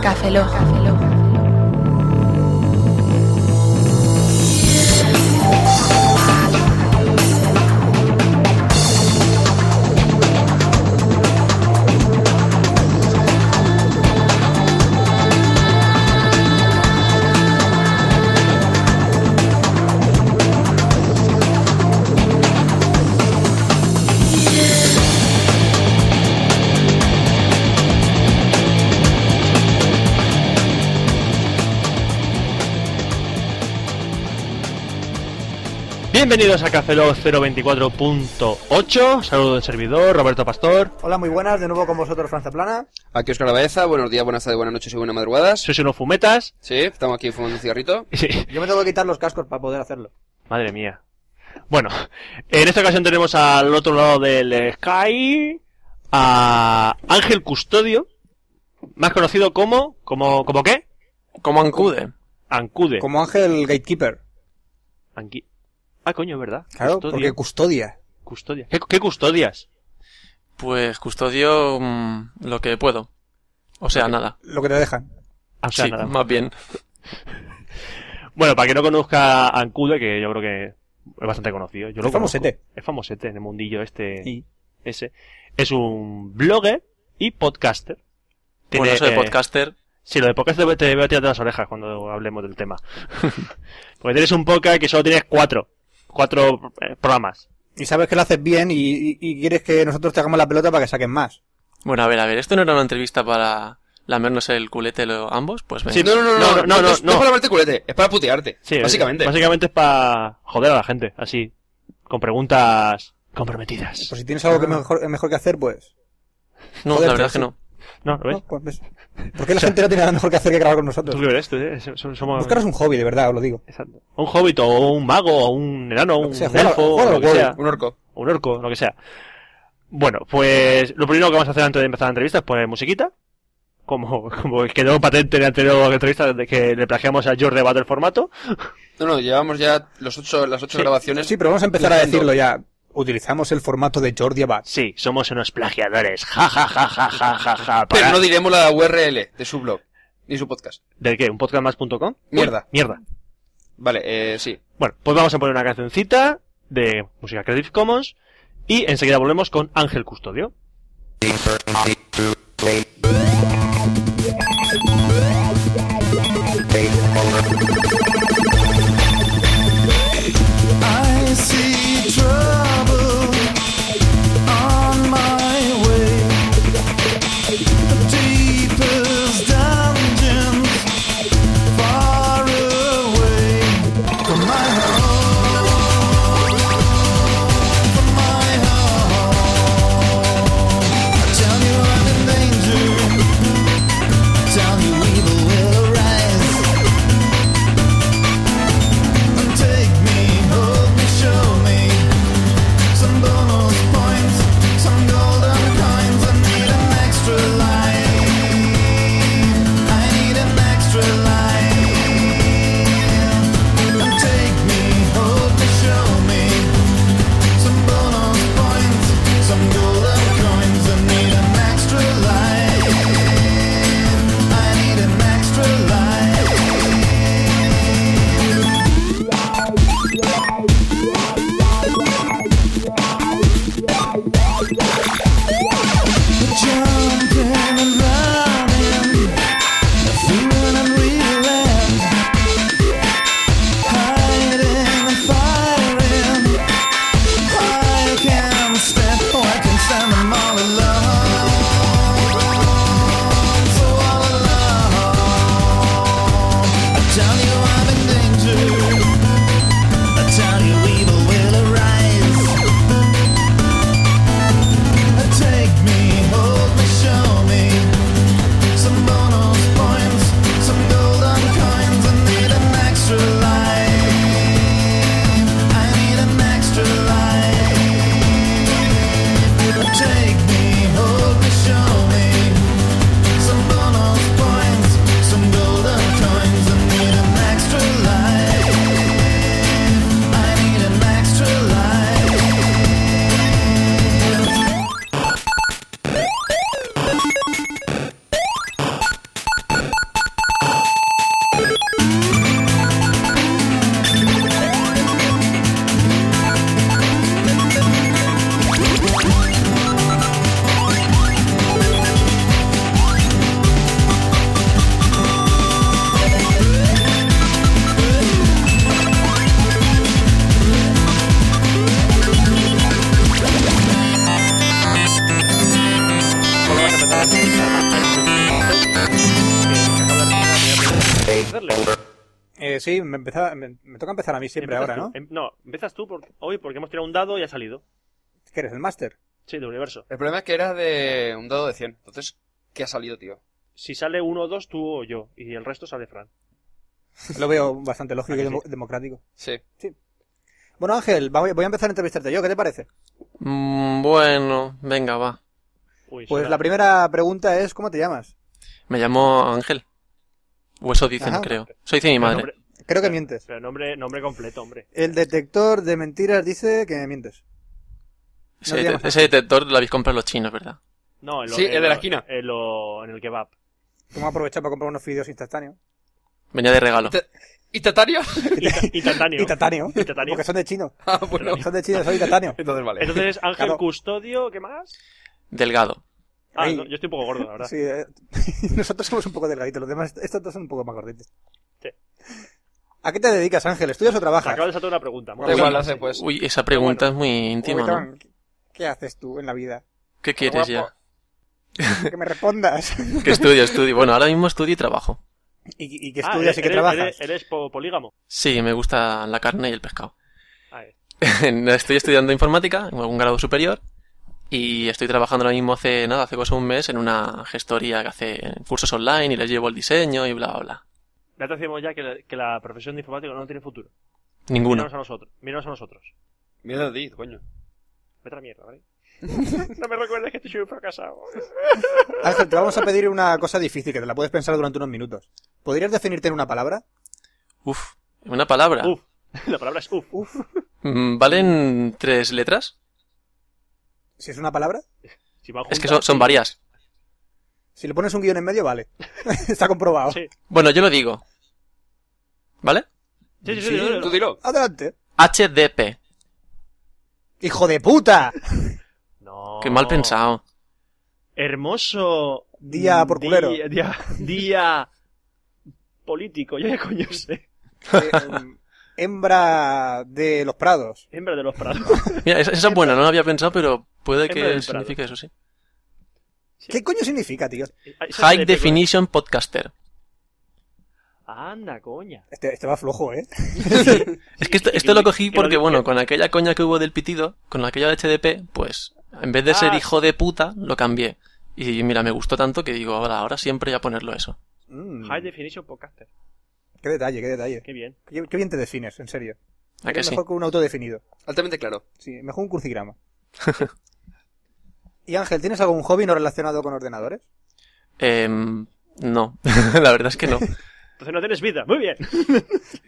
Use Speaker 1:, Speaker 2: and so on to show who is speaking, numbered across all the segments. Speaker 1: Café Lock.
Speaker 2: Bienvenidos a Café Log 024.8. Saludos del servidor, Roberto Pastor.
Speaker 3: Hola, muy buenas, de nuevo con vosotros, Franza Plana.
Speaker 4: Aquí Oscar Baeza, buenos días, buenas tardes, buenas noches y buenas madrugadas.
Speaker 2: Sois unos fumetas.
Speaker 4: Sí, estamos aquí fumando un cigarrito.
Speaker 2: Sí,
Speaker 3: Yo me tengo que quitar los cascos para poder hacerlo.
Speaker 2: madre mía. Bueno, en esta ocasión tenemos al otro lado del eh, Sky a Ángel Custodio, más conocido como, como, ¿como qué?
Speaker 5: Como Ancude.
Speaker 2: Ancude.
Speaker 3: Como Ángel Gatekeeper.
Speaker 2: Anqui- Ah, coño, es verdad.
Speaker 3: Claro,
Speaker 2: Custodio.
Speaker 3: porque custodia.
Speaker 2: Custodia. ¿Qué, qué custodias?
Speaker 5: Pues custodio mm, lo que puedo. O sea, nada.
Speaker 3: Lo que te dejan.
Speaker 2: Ah, o sea,
Speaker 5: sí,
Speaker 2: nada.
Speaker 5: más bien.
Speaker 2: Bueno, para que no conozca a Ancude, que yo creo que es bastante conocido. Yo lo
Speaker 3: Es famosete.
Speaker 2: conozco. Es famosete en el mundillo este.
Speaker 3: Y
Speaker 2: ese. Es un blogger y podcaster.
Speaker 5: bueno, eso de
Speaker 2: eh,
Speaker 5: podcaster.
Speaker 2: Sí, lo de podcast te, te voy a tirar de las orejas cuando hablemos del tema. Porque tienes un podcast que solo tienes cuatro. Cuatro eh, programas.
Speaker 3: y sabes que lo haces bien y, y- y quieres que nosotros te hagamos la pelota para que saquen más.
Speaker 5: Bueno, a ver, a ver, ¿esto no era una entrevista para lamernos el culete lo- ambos? Pues venga.
Speaker 2: Sí,
Speaker 4: No, no, no,
Speaker 2: No, no,
Speaker 4: no,
Speaker 2: no,
Speaker 4: es,
Speaker 2: no.
Speaker 4: es para verte culete, es para putearte,
Speaker 2: Sí,
Speaker 4: básicamente.
Speaker 2: eh, Básicamente es para joder a la gente, así. Con preguntas comprometidas.
Speaker 3: Pues si tienes algo que mejor, mejor que hacer, pues...
Speaker 5: No,
Speaker 3: Joder,
Speaker 5: la verdad
Speaker 3: sí.
Speaker 5: es que no.
Speaker 2: ¿No? ¿Lo ves?
Speaker 3: no, pues ves. ¿Por qué la gente no tiene nada mejor que hacer que grabar con
Speaker 2: Tú
Speaker 3: nosotros?
Speaker 2: que verás, tú, eh, so- so- somos-
Speaker 3: Buscaros un hobby, de verdad, os lo digo.
Speaker 2: Exacto. Un hobbit o un mago o un enano o
Speaker 3: Lo
Speaker 2: un
Speaker 3: que sea, juega-
Speaker 2: elfo o lo
Speaker 3: juega al
Speaker 2: que
Speaker 3: WoW,
Speaker 2: sea.
Speaker 4: Un orco.
Speaker 2: o un orco, lo que sea. Bueno, pues lo primero que vamos a hacer antes de empezar la entrevista es poner musiquita. Como, como quedó patente en la anterior entrevista de que le plagiamos a George de Battle formato.
Speaker 4: No, no, llevamos ya los ocho, las ocho
Speaker 2: Sí.
Speaker 4: grabaciones.
Speaker 3: Sí, pero vamos a empezar a
Speaker 4: Lejando.
Speaker 3: decirlo ya. Utilizamos el formato de Jordi Abad.
Speaker 2: Sí, somos unos plagiadores. Ja, ja, ja, ja, ja, ja, ja.
Speaker 4: Pero
Speaker 2: Para-
Speaker 4: no diremos la URL de su blog, ni su podcast.
Speaker 2: ¿Del qué? ¿Un podcastmas.com?
Speaker 4: Mierda.
Speaker 2: Uy, Mierda.
Speaker 4: Vale, eh, sí.
Speaker 2: Bueno, pues vamos a poner una cancioncita de música Creative Commons y enseguida volvemos con Ángel Custodio.
Speaker 6: I see trouble on my way. The deepest dungeons far away from my home. From my home, I tell you.
Speaker 2: queréis hacerle?
Speaker 3: Eh, sí, me, empezaba- me, me toca empezar a mí siempre
Speaker 2: Empiezas
Speaker 3: ahora, ¿no?
Speaker 2: tú. Em- No, empiezas tú por- hoy porque hemos tirado un dado y ha salido.
Speaker 3: Que eres el máster.
Speaker 2: Sí, del universo.
Speaker 4: El problema es que era de un dado de 100. Entonces, ¿qué ha salido, tío?
Speaker 2: Si sale uno o dos, tú o yo. Y el resto sale Fran.
Speaker 3: Lo veo bastante lógico
Speaker 2: ¿A
Speaker 3: y
Speaker 2: Ah, que sí?
Speaker 3: demo- democrático.
Speaker 4: Sí.
Speaker 3: Bueno, Ángel, va- voy a empezar a entrevistarte yo, ¿qué te parece?
Speaker 5: Mm, bueno, venga, va.
Speaker 2: Uy,
Speaker 3: Pues
Speaker 2: suena-
Speaker 3: la primera pregunta es, ¿cómo te llamas?
Speaker 5: Me llamo Ángel. O eso dicen,
Speaker 3: Ajá.
Speaker 5: creo. Eso dice mi madre.
Speaker 2: Ah. Nombre,
Speaker 3: Creo que mientes.
Speaker 2: pero nombre, nombre completo, hombre.
Speaker 3: El detector de mentiras dice que mientes.
Speaker 5: Ese,
Speaker 3: te
Speaker 5: det-
Speaker 3: llamas
Speaker 5: ese detector lo habéis comprado los chinos, ¿verdad?
Speaker 2: No, en lo-
Speaker 4: Sí,
Speaker 2: en
Speaker 4: el de la
Speaker 2: lo-
Speaker 4: esquina.
Speaker 2: En, lo- en el kebab.
Speaker 3: Tú me has aprovechado para comprar unos fideos instantáneos.
Speaker 5: Venía de regalo.
Speaker 2: Este-
Speaker 4: ¿Y Tatario?
Speaker 2: Ita- Instantáneo.
Speaker 3: Y tatáneo.
Speaker 2: Y tatáneo.
Speaker 3: Porque son de chino.
Speaker 4: ah, bueno.
Speaker 3: Son de chino, soy tatáneo.
Speaker 4: Entonces, vale.
Speaker 2: Entonces, Ángel
Speaker 3: Claro.
Speaker 2: Custodio, ¿qué más?
Speaker 5: Delgado.
Speaker 2: Ah,
Speaker 3: Ay.
Speaker 2: no, yo estoy un poco gordo, la verdad.
Speaker 3: Sí, eh, nosotros somos un poco delgaditos, los demás, estos dos son un poco más gorditos.
Speaker 2: Sí.
Speaker 3: ¿A qué te dedicas, Ángel? ¿Estudias o
Speaker 2: Te
Speaker 3: trabajas?
Speaker 2: acabo de saltar una pregunta.
Speaker 4: Da igual, lo hace pues.
Speaker 5: Uy, esa pregunta es muy íntima, ¿no?
Speaker 3: Guitón, ¿Qué haces tú en la vida?
Speaker 5: ¿Qué quieres
Speaker 4: Guapo.
Speaker 5: ya?
Speaker 3: Que me respondas.
Speaker 5: Que estudio, estudio. Bueno, ahora mismo estudio y trabajo.
Speaker 3: ¿Y, y que
Speaker 2: Ah,
Speaker 3: estudias y
Speaker 2: eres-
Speaker 3: que trabajas?
Speaker 2: Eres, eres po- polígamo.
Speaker 5: Sí, me gusta la carne y el pescado.
Speaker 2: Ah, eh.
Speaker 5: Estoy estudiando informática, en algún grado superior, y estoy trabajando ahora mismo hace nada, hace cosa un mes, en una gestoría que hace cursos online y les llevo el diseño y bla, bla, bla.
Speaker 2: Ya te decimos ya que la, que la profesión de informático no tiene futuro.
Speaker 5: Ninguno.
Speaker 2: Míranos a nosotros. Míranos a nosotros.
Speaker 4: Mierda de ti, coño.
Speaker 2: Vete a la mierda, ¿vale? no me recuerdes que estoy un fracasado.
Speaker 3: Ángel, te vamos a pedir una cosa difícil que te la puedes pensar durante unos minutos. ¿Podrías definirte en una palabra?
Speaker 5: Uf, una palabra.
Speaker 2: Uf. La palabra es uf.
Speaker 5: Mm, ¿Valen tres letras?
Speaker 3: Si es una palabra,
Speaker 2: Si va
Speaker 5: Es que
Speaker 2: juntas,
Speaker 5: son, son varias.
Speaker 3: si le pones un guión en medio, vale. Está comprobado.
Speaker 2: Sí.
Speaker 5: Bueno, yo lo digo. ¿Vale?
Speaker 2: Sí, sí, sí,
Speaker 4: Sí,
Speaker 2: sí, sí.
Speaker 4: tú dilo.
Speaker 3: Adelante.
Speaker 5: HDP.
Speaker 3: ¡Hijo de puta!
Speaker 2: No.
Speaker 5: Qué mal pensado.
Speaker 2: Hermoso.
Speaker 3: Día por culero.
Speaker 2: Día, día, día político, ya coño sé.
Speaker 3: Eh, em, hembra de los prados.
Speaker 2: Hembra de los prados.
Speaker 5: Mira, esa, esa es buena, no la había pensado, pero puede
Speaker 2: Hembra
Speaker 5: que
Speaker 2: del Prado.
Speaker 5: signifique eso, sí.
Speaker 3: ¿Qué coño significa, tío?
Speaker 5: High Definition Podcaster.
Speaker 2: Anda, coña.
Speaker 3: Este, este va flojo, ¿eh?
Speaker 5: Es que esto,
Speaker 2: Y- y
Speaker 5: esto lo
Speaker 2: que-
Speaker 5: cogí
Speaker 2: que lo
Speaker 5: porque,
Speaker 2: di-
Speaker 5: bueno,
Speaker 2: que-
Speaker 5: con aquella coña que hubo del pitido, con aquella de HDP, pues, en vez de ser
Speaker 2: Ah.
Speaker 5: hijo de puta, lo cambié. Y mira, me gustó tanto que digo, ahora, ahora siempre voy a ponerlo eso.
Speaker 3: Mm,
Speaker 2: High Definition Podcaster.
Speaker 3: qué detalle, qué detalle.
Speaker 2: Qué bien.
Speaker 3: Qué, qué bien te defines, en serio.
Speaker 5: ¿A que
Speaker 3: Eres
Speaker 5: sí?
Speaker 3: mejor que un autodefinido.
Speaker 4: Altamente claro.
Speaker 3: Sí, mejor un crucigrama. y Ángel, ¿tienes algún hobby no relacionado con ordenadores?
Speaker 5: Em, no, la verdad es que no.
Speaker 2: Entonces no tienes vida. Muy bien.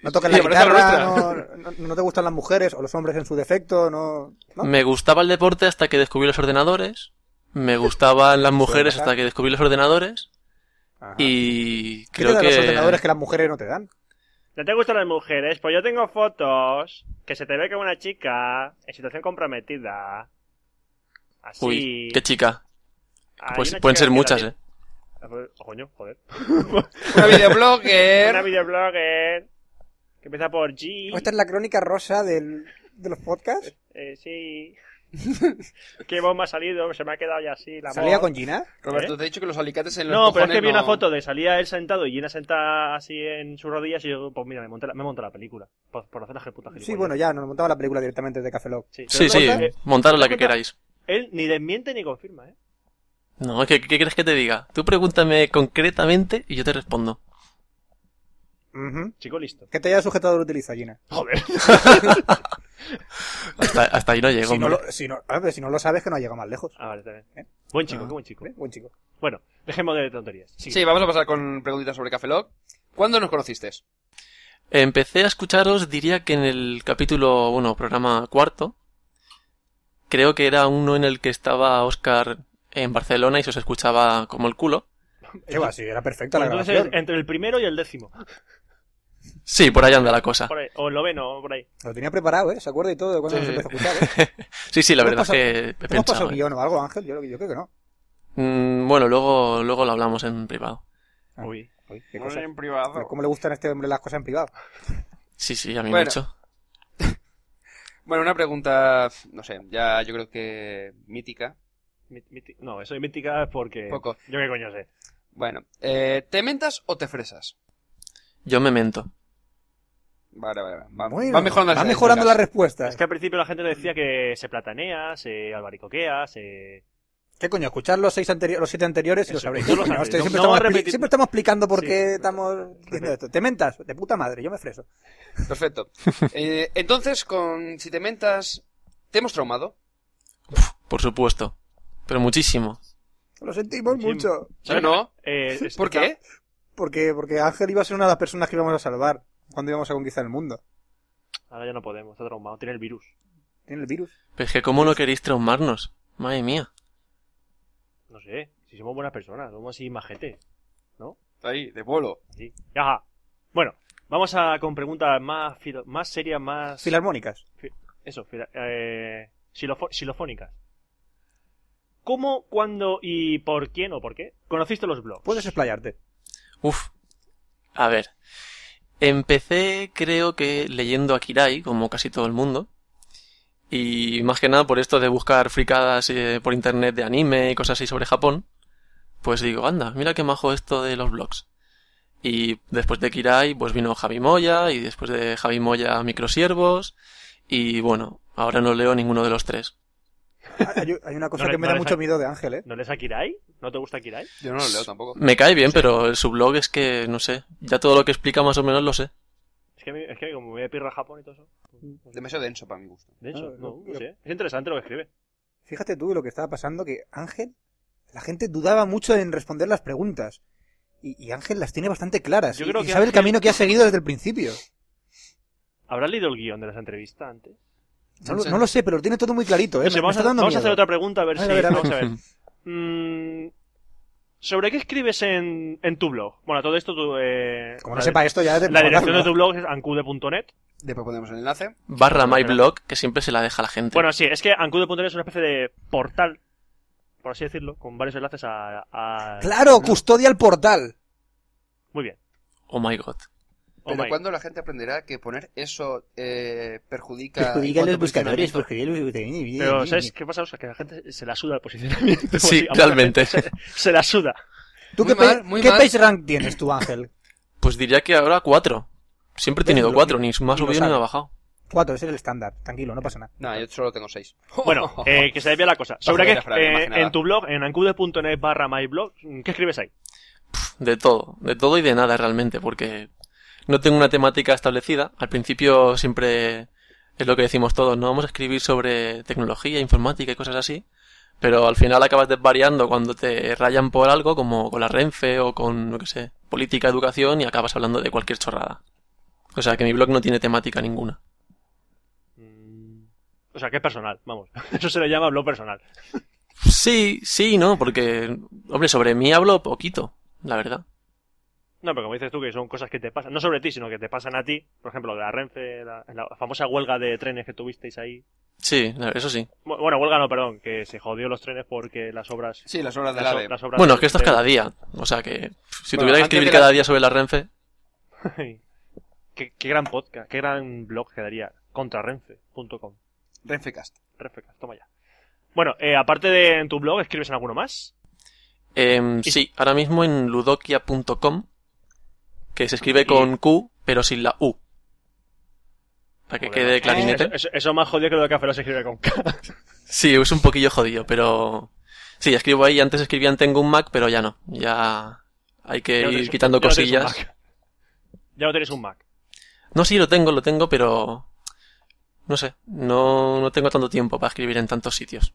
Speaker 3: ¿No tocas
Speaker 4: Sí,
Speaker 3: la
Speaker 4: parece la
Speaker 3: guitarra? No, no- no te gustan las mujeres o los hombres en su defecto? ¿No? ¿no?
Speaker 5: Me gustaba el deporte hasta que descubrí los ordenadores. Me gustaban las mujeres
Speaker 3: Ajá.
Speaker 5: hasta que descubrí los ordenadores.
Speaker 2: Ah.
Speaker 3: Ajá.
Speaker 5: Y
Speaker 3: ¿Qué te
Speaker 5: creo
Speaker 3: dan los ordenadores
Speaker 5: que...
Speaker 3: que las mujeres no te dan?
Speaker 2: ¿No te gustan las mujeres? Pues yo tengo fotos que se te ve como una chica en situación comprometida. Así.
Speaker 5: Uy, qué chica.
Speaker 2: Hay
Speaker 5: Pues
Speaker 2: una
Speaker 5: pueden
Speaker 2: chica
Speaker 5: ser
Speaker 2: que
Speaker 5: muchas,
Speaker 2: también-
Speaker 5: ¿eh?
Speaker 2: Ah, pues, coño, joder.
Speaker 4: Una videoblogger.
Speaker 2: Una videoblogger que empieza por G.
Speaker 3: ¿Esta es la crónica rosa del, de los podcasts?
Speaker 2: Eh, sí. ¿Qué bomba ha salido? Se me ha quedado ya así la
Speaker 3: ¿Salía
Speaker 2: voz.
Speaker 3: con Gina?
Speaker 4: Roberto,
Speaker 2: ¿Eh?
Speaker 4: te he dicho que los alicates en los
Speaker 2: No, pero es que
Speaker 4: cojones
Speaker 2: vi una
Speaker 4: no-
Speaker 2: foto de salía él sentado y Gina sentada así en sus rodillas y yo, pues mira, me monté la, me monté la película. Por, por hacer la puta
Speaker 3: Sí, bueno, ya, nos montaba la película directamente de Café Lock.
Speaker 2: Sí, pero
Speaker 5: Sí, sí,
Speaker 2: no, eh,
Speaker 5: montaros la que
Speaker 2: cuenta?
Speaker 5: queráis.
Speaker 2: Él ni desmiente ni confirma, ¿eh?
Speaker 5: No, ¿qué, ¿qué crees que te diga? Tú pregúntame concretamente y yo te respondo.
Speaker 3: Ujú.
Speaker 2: Chico listo.
Speaker 3: ¿Qué te haya sujetado lo utiliza Gina?
Speaker 2: Joder.
Speaker 5: Hasta, hasta ahí no llego.
Speaker 3: Si no,
Speaker 5: hombre.
Speaker 3: lo, si, no, a ver, pero si no lo sabes, que no ha llegado más lejos.
Speaker 2: Ah, vale, está bien. Buen chico,
Speaker 5: Ah.
Speaker 2: qué buen chico.
Speaker 3: ¿Eh? Buen chico.
Speaker 2: Bueno, dejemos de tonterías. Sí.
Speaker 4: Sí, vamos a pasar con preguntitas sobre Café Lock. ¿Cuándo nos conociste?
Speaker 5: Empecé a escucharos, diría que en el capítulo, bueno, programa cuarto. Creo que era uno en el que estaba Oscar en Barcelona y se os escuchaba como el culo.
Speaker 3: Qué va, sí, era perfecta la
Speaker 2: Bueno, entonces,
Speaker 3: grabación.
Speaker 2: entre el primero y el décimo.
Speaker 5: Sí, por ahí anda la cosa.
Speaker 2: Por ahí, o el noveno, o por ahí.
Speaker 3: Lo tenía preparado, ¿eh? ¿Se acuerda y todo de cuando
Speaker 5: Sí,
Speaker 3: nos
Speaker 5: sí.
Speaker 3: empezó a escuchar? ¿eh?
Speaker 5: Sí, sí, la
Speaker 3: Hemos
Speaker 5: verdad es
Speaker 3: pasado-
Speaker 5: que he
Speaker 3: ¿Hemos pasado
Speaker 5: pensado. ¿eh?
Speaker 3: guión o algo, Ángel? Yo, yo creo que no.
Speaker 5: Mm, bueno, luego, luego lo hablamos en privado.
Speaker 3: Ah.
Speaker 2: Uy.
Speaker 3: Uy, qué cosas.
Speaker 4: privado.
Speaker 3: Pero ¿Cómo le gustan a este hombre las cosas en privado?
Speaker 5: Sí, sí, a mí
Speaker 4: Bueno.
Speaker 5: mucho.
Speaker 4: Bueno, una pregunta, no sé, ya yo creo que mítica.
Speaker 2: Mi- miti- No, eso de mítica es porque.
Speaker 4: Poco.
Speaker 2: Yo qué coño sé.
Speaker 4: Bueno, eh, ¿te mentas o te fresas?
Speaker 5: Yo me mento.
Speaker 4: Vale, vale, vale. Va,
Speaker 3: Bueno,
Speaker 4: va mejorando
Speaker 3: va mejorando las
Speaker 4: estadísticas.
Speaker 3: respuestas.
Speaker 2: Es que al principio la gente le decía que se platanea, se albaricoquea, se...
Speaker 3: ¿Qué coño? Escuchar los, seis anteri- los siete anteriores y
Speaker 2: Eso,
Speaker 3: lo sabréis.
Speaker 2: yo lo
Speaker 3: Coño,
Speaker 2: sabré.
Speaker 3: hostia,
Speaker 2: No-
Speaker 3: siempre,
Speaker 2: no
Speaker 3: estamos
Speaker 2: vamos a
Speaker 3: expli-
Speaker 2: repetir.
Speaker 3: siempre estamos explicando por
Speaker 2: Sí.
Speaker 3: qué estamos diciendo esto. Te mentas, de puta madre, yo me freso.
Speaker 4: Perfecto. Eh, entonces, con si te mentas, te hemos traumado.
Speaker 5: Por supuesto. Pero muchísimo.
Speaker 3: Lo sentimos
Speaker 2: Sí.
Speaker 3: mucho.
Speaker 4: Yo no.
Speaker 2: Eh, es-
Speaker 4: ¿Por qué?
Speaker 3: Porque, porque Ángel iba a ser una de las personas que íbamos a salvar cuando íbamos a conquistar el mundo.
Speaker 2: Ahora ya no podemos, está traumado, tiene el virus.
Speaker 3: Tiene el virus.
Speaker 5: Pero es que cómo no queréis traumarnos. Madre mía.
Speaker 2: No sé, si somos buenas personas, somos así majete.
Speaker 4: Ahí, de vuelo.
Speaker 2: Sí. Ajá. Bueno, vamos a con preguntas más, filo- más serias, más...
Speaker 3: Filarmónicas.
Speaker 2: Eso, fila- eh, silofo- silofónicas. ¿Cómo, cuándo y por quién o por qué conociste los blogs?
Speaker 3: Puedes explayarte.
Speaker 5: Uf. A ver. Empecé, creo que, leyendo a Kirai, como casi todo el mundo. Y más que nada por esto de buscar fricadas eh, por internet de anime y cosas así sobre Japón. Pues digo, anda, mira qué majo esto de los blogs. Y después de Kirai, pues vino Javi Moya, y después de Javi Moya, Microsiervos. Y bueno, ahora no leo ninguno de los tres.
Speaker 3: Ah, Hay, hay una cosa
Speaker 2: No le-
Speaker 3: que me
Speaker 2: no
Speaker 3: da
Speaker 2: le
Speaker 3: mucho
Speaker 2: sa-
Speaker 3: miedo de Ángel, ¿eh?
Speaker 2: ¿No lees a Kirai? ¿No te gusta Kirai?
Speaker 4: Yo no lo leo tampoco.
Speaker 5: Me cae bien, pero su blog es que, no sé, ya todo lo que explica más o menos lo sé.
Speaker 2: Es que, a mí- es que como me voy a pirra a Japón y todo eso.
Speaker 4: Demasiado denso para mi gusto.
Speaker 2: De hecho,
Speaker 3: Ah,
Speaker 2: no,
Speaker 3: no,
Speaker 2: no sé. Es interesante lo que escribe.
Speaker 3: Fíjate tú lo que estaba pasando, que Ángel, la gente dudaba mucho en responder las preguntas. Y, y Ángel las tiene bastante claras.
Speaker 2: Yo
Speaker 3: y-
Speaker 2: creo
Speaker 3: y
Speaker 2: que
Speaker 3: sabe el
Speaker 2: Ángel-
Speaker 3: camino que ha seguido desde el principio.
Speaker 2: ¿Habrás leído el guión de las entrevistas antes?
Speaker 3: No, lo- no lo sé, pero lo tiene todo muy clarito, ¿eh?
Speaker 2: No sé,
Speaker 3: Me- me
Speaker 2: vamos
Speaker 3: está
Speaker 2: a,
Speaker 3: dando
Speaker 2: vamos a
Speaker 3: miedo.
Speaker 2: hacer otra pregunta a ver
Speaker 3: A
Speaker 2: si.
Speaker 3: ver, a ver, a
Speaker 2: vamos a ver. Mm, ¿Sobre qué escribes en, en tu blog? Bueno, todo esto tú. Eh,
Speaker 3: Como no
Speaker 2: la-
Speaker 3: sepa esto, ya es de
Speaker 2: La dirección de
Speaker 3: matarlo.
Speaker 2: tu blog es ancude.net.
Speaker 4: Después ponemos el enlace.
Speaker 5: Barra my
Speaker 2: Pero-
Speaker 5: blog, que siempre se la deja la gente.
Speaker 2: Bueno, sí, es que ancude.net es una especie de portal, por así decirlo, con varios enlaces a. a-
Speaker 3: Claro, custodia el portal.
Speaker 2: Muy bien.
Speaker 5: Oh my god.
Speaker 2: Oh
Speaker 4: Pero
Speaker 2: my.
Speaker 4: cuando la gente aprenderá que poner eso eh, perjudica. en cuanto a posicionamiento?
Speaker 3: porque
Speaker 2: Pero, ¿sabes qué pasa? Oscar? que a la gente se la suda el posicionamiento.
Speaker 5: Sí,
Speaker 2: a mucha
Speaker 5: realmente.
Speaker 2: gente Se, se la suda.
Speaker 3: ¿Tú
Speaker 4: Muy
Speaker 3: qué, pa-
Speaker 4: mal, muy
Speaker 3: qué
Speaker 4: mal.
Speaker 3: page rank tienes tú, Ángel?
Speaker 5: Pues diría que ahora cuatro. Siempre he tenido
Speaker 3: Lo-
Speaker 5: cuatro, ni me ha
Speaker 3: lo
Speaker 5: subido ni
Speaker 3: sabe.
Speaker 5: me ha bajado.
Speaker 3: Cuatro, ese es el estándar. Tranquilo, no pasa nada.
Speaker 4: No, yo solo tengo seis.
Speaker 2: Bueno, eh, que se desvía la cosa. ¿Sobre qué?
Speaker 4: joder, Fran,
Speaker 2: eh,
Speaker 4: imaginaba.
Speaker 2: en tu blog, en ancude.net barra myblog, ¿qué escribes ahí?
Speaker 5: De todo, de todo y de nada realmente, porque no tengo una temática establecida. Al principio siempre es lo que decimos todos, no vamos a escribir sobre tecnología, informática y cosas así, pero al final acabas desvariando cuando te rayan por algo, como con la Renfe o con, no que sé, política, educación, y acabas hablando de cualquier chorrada. O sea que mi blog no tiene temática ninguna.
Speaker 2: Mm, O sea, que es personal, vamos. Eso se le llama blog personal.
Speaker 5: Pues Sí, sí, no, porque, hombre, sobre mí hablo poquito, la verdad.
Speaker 2: No, pero como dices tú, que son cosas que te pasan, no sobre ti, sino que te pasan a ti. Por ejemplo, de la Renfe, la, la famosa huelga de trenes que tuvisteis ahí.
Speaker 5: Sí, la- eso sí.
Speaker 2: Bu- Bueno, huelga no, perdón, que se jodió los trenes porque las obras...
Speaker 4: Sí, las horas del
Speaker 2: las o-
Speaker 4: AVE.
Speaker 2: las obras
Speaker 5: Bueno, es
Speaker 2: de-
Speaker 5: que esto es
Speaker 2: de-
Speaker 5: cada día. O sea que pff, si
Speaker 4: Bueno,
Speaker 5: tuviera
Speaker 4: antes
Speaker 5: que escribir
Speaker 4: de la-
Speaker 5: cada día sobre la Renfe,
Speaker 2: qué, qué gran podcast, qué gran blog quedaría. Contrarenfe.com.
Speaker 4: Renfecast.
Speaker 2: Renfecast, toma ya. Bueno, eh, aparte de en tu blog, ¿escribes en alguno más?
Speaker 5: em,
Speaker 2: Y-
Speaker 5: sí, ahora mismo en ludokia.com, que se escribe
Speaker 2: Y-
Speaker 5: con Q, pero sin la U. Para que
Speaker 2: Joder,
Speaker 5: quede
Speaker 2: macho.
Speaker 5: clarinete.
Speaker 2: Eso, eso, eso más jodido que lo de Café Lock se escribe con K.
Speaker 5: Sí, es un poquillo jodido, pero... Sí, escribo ahí, antes escribían tengo un Mac, pero ya no. Ya hay que
Speaker 2: Ya no
Speaker 5: ir
Speaker 2: tienes-
Speaker 5: quitando
Speaker 2: ya no tienes un
Speaker 5: cosillas.
Speaker 2: Mac. Ya no tienes un Mac.
Speaker 5: No, sí, lo tengo, lo tengo, pero... No sé, no, no tengo tanto tiempo para escribir en tantos sitios.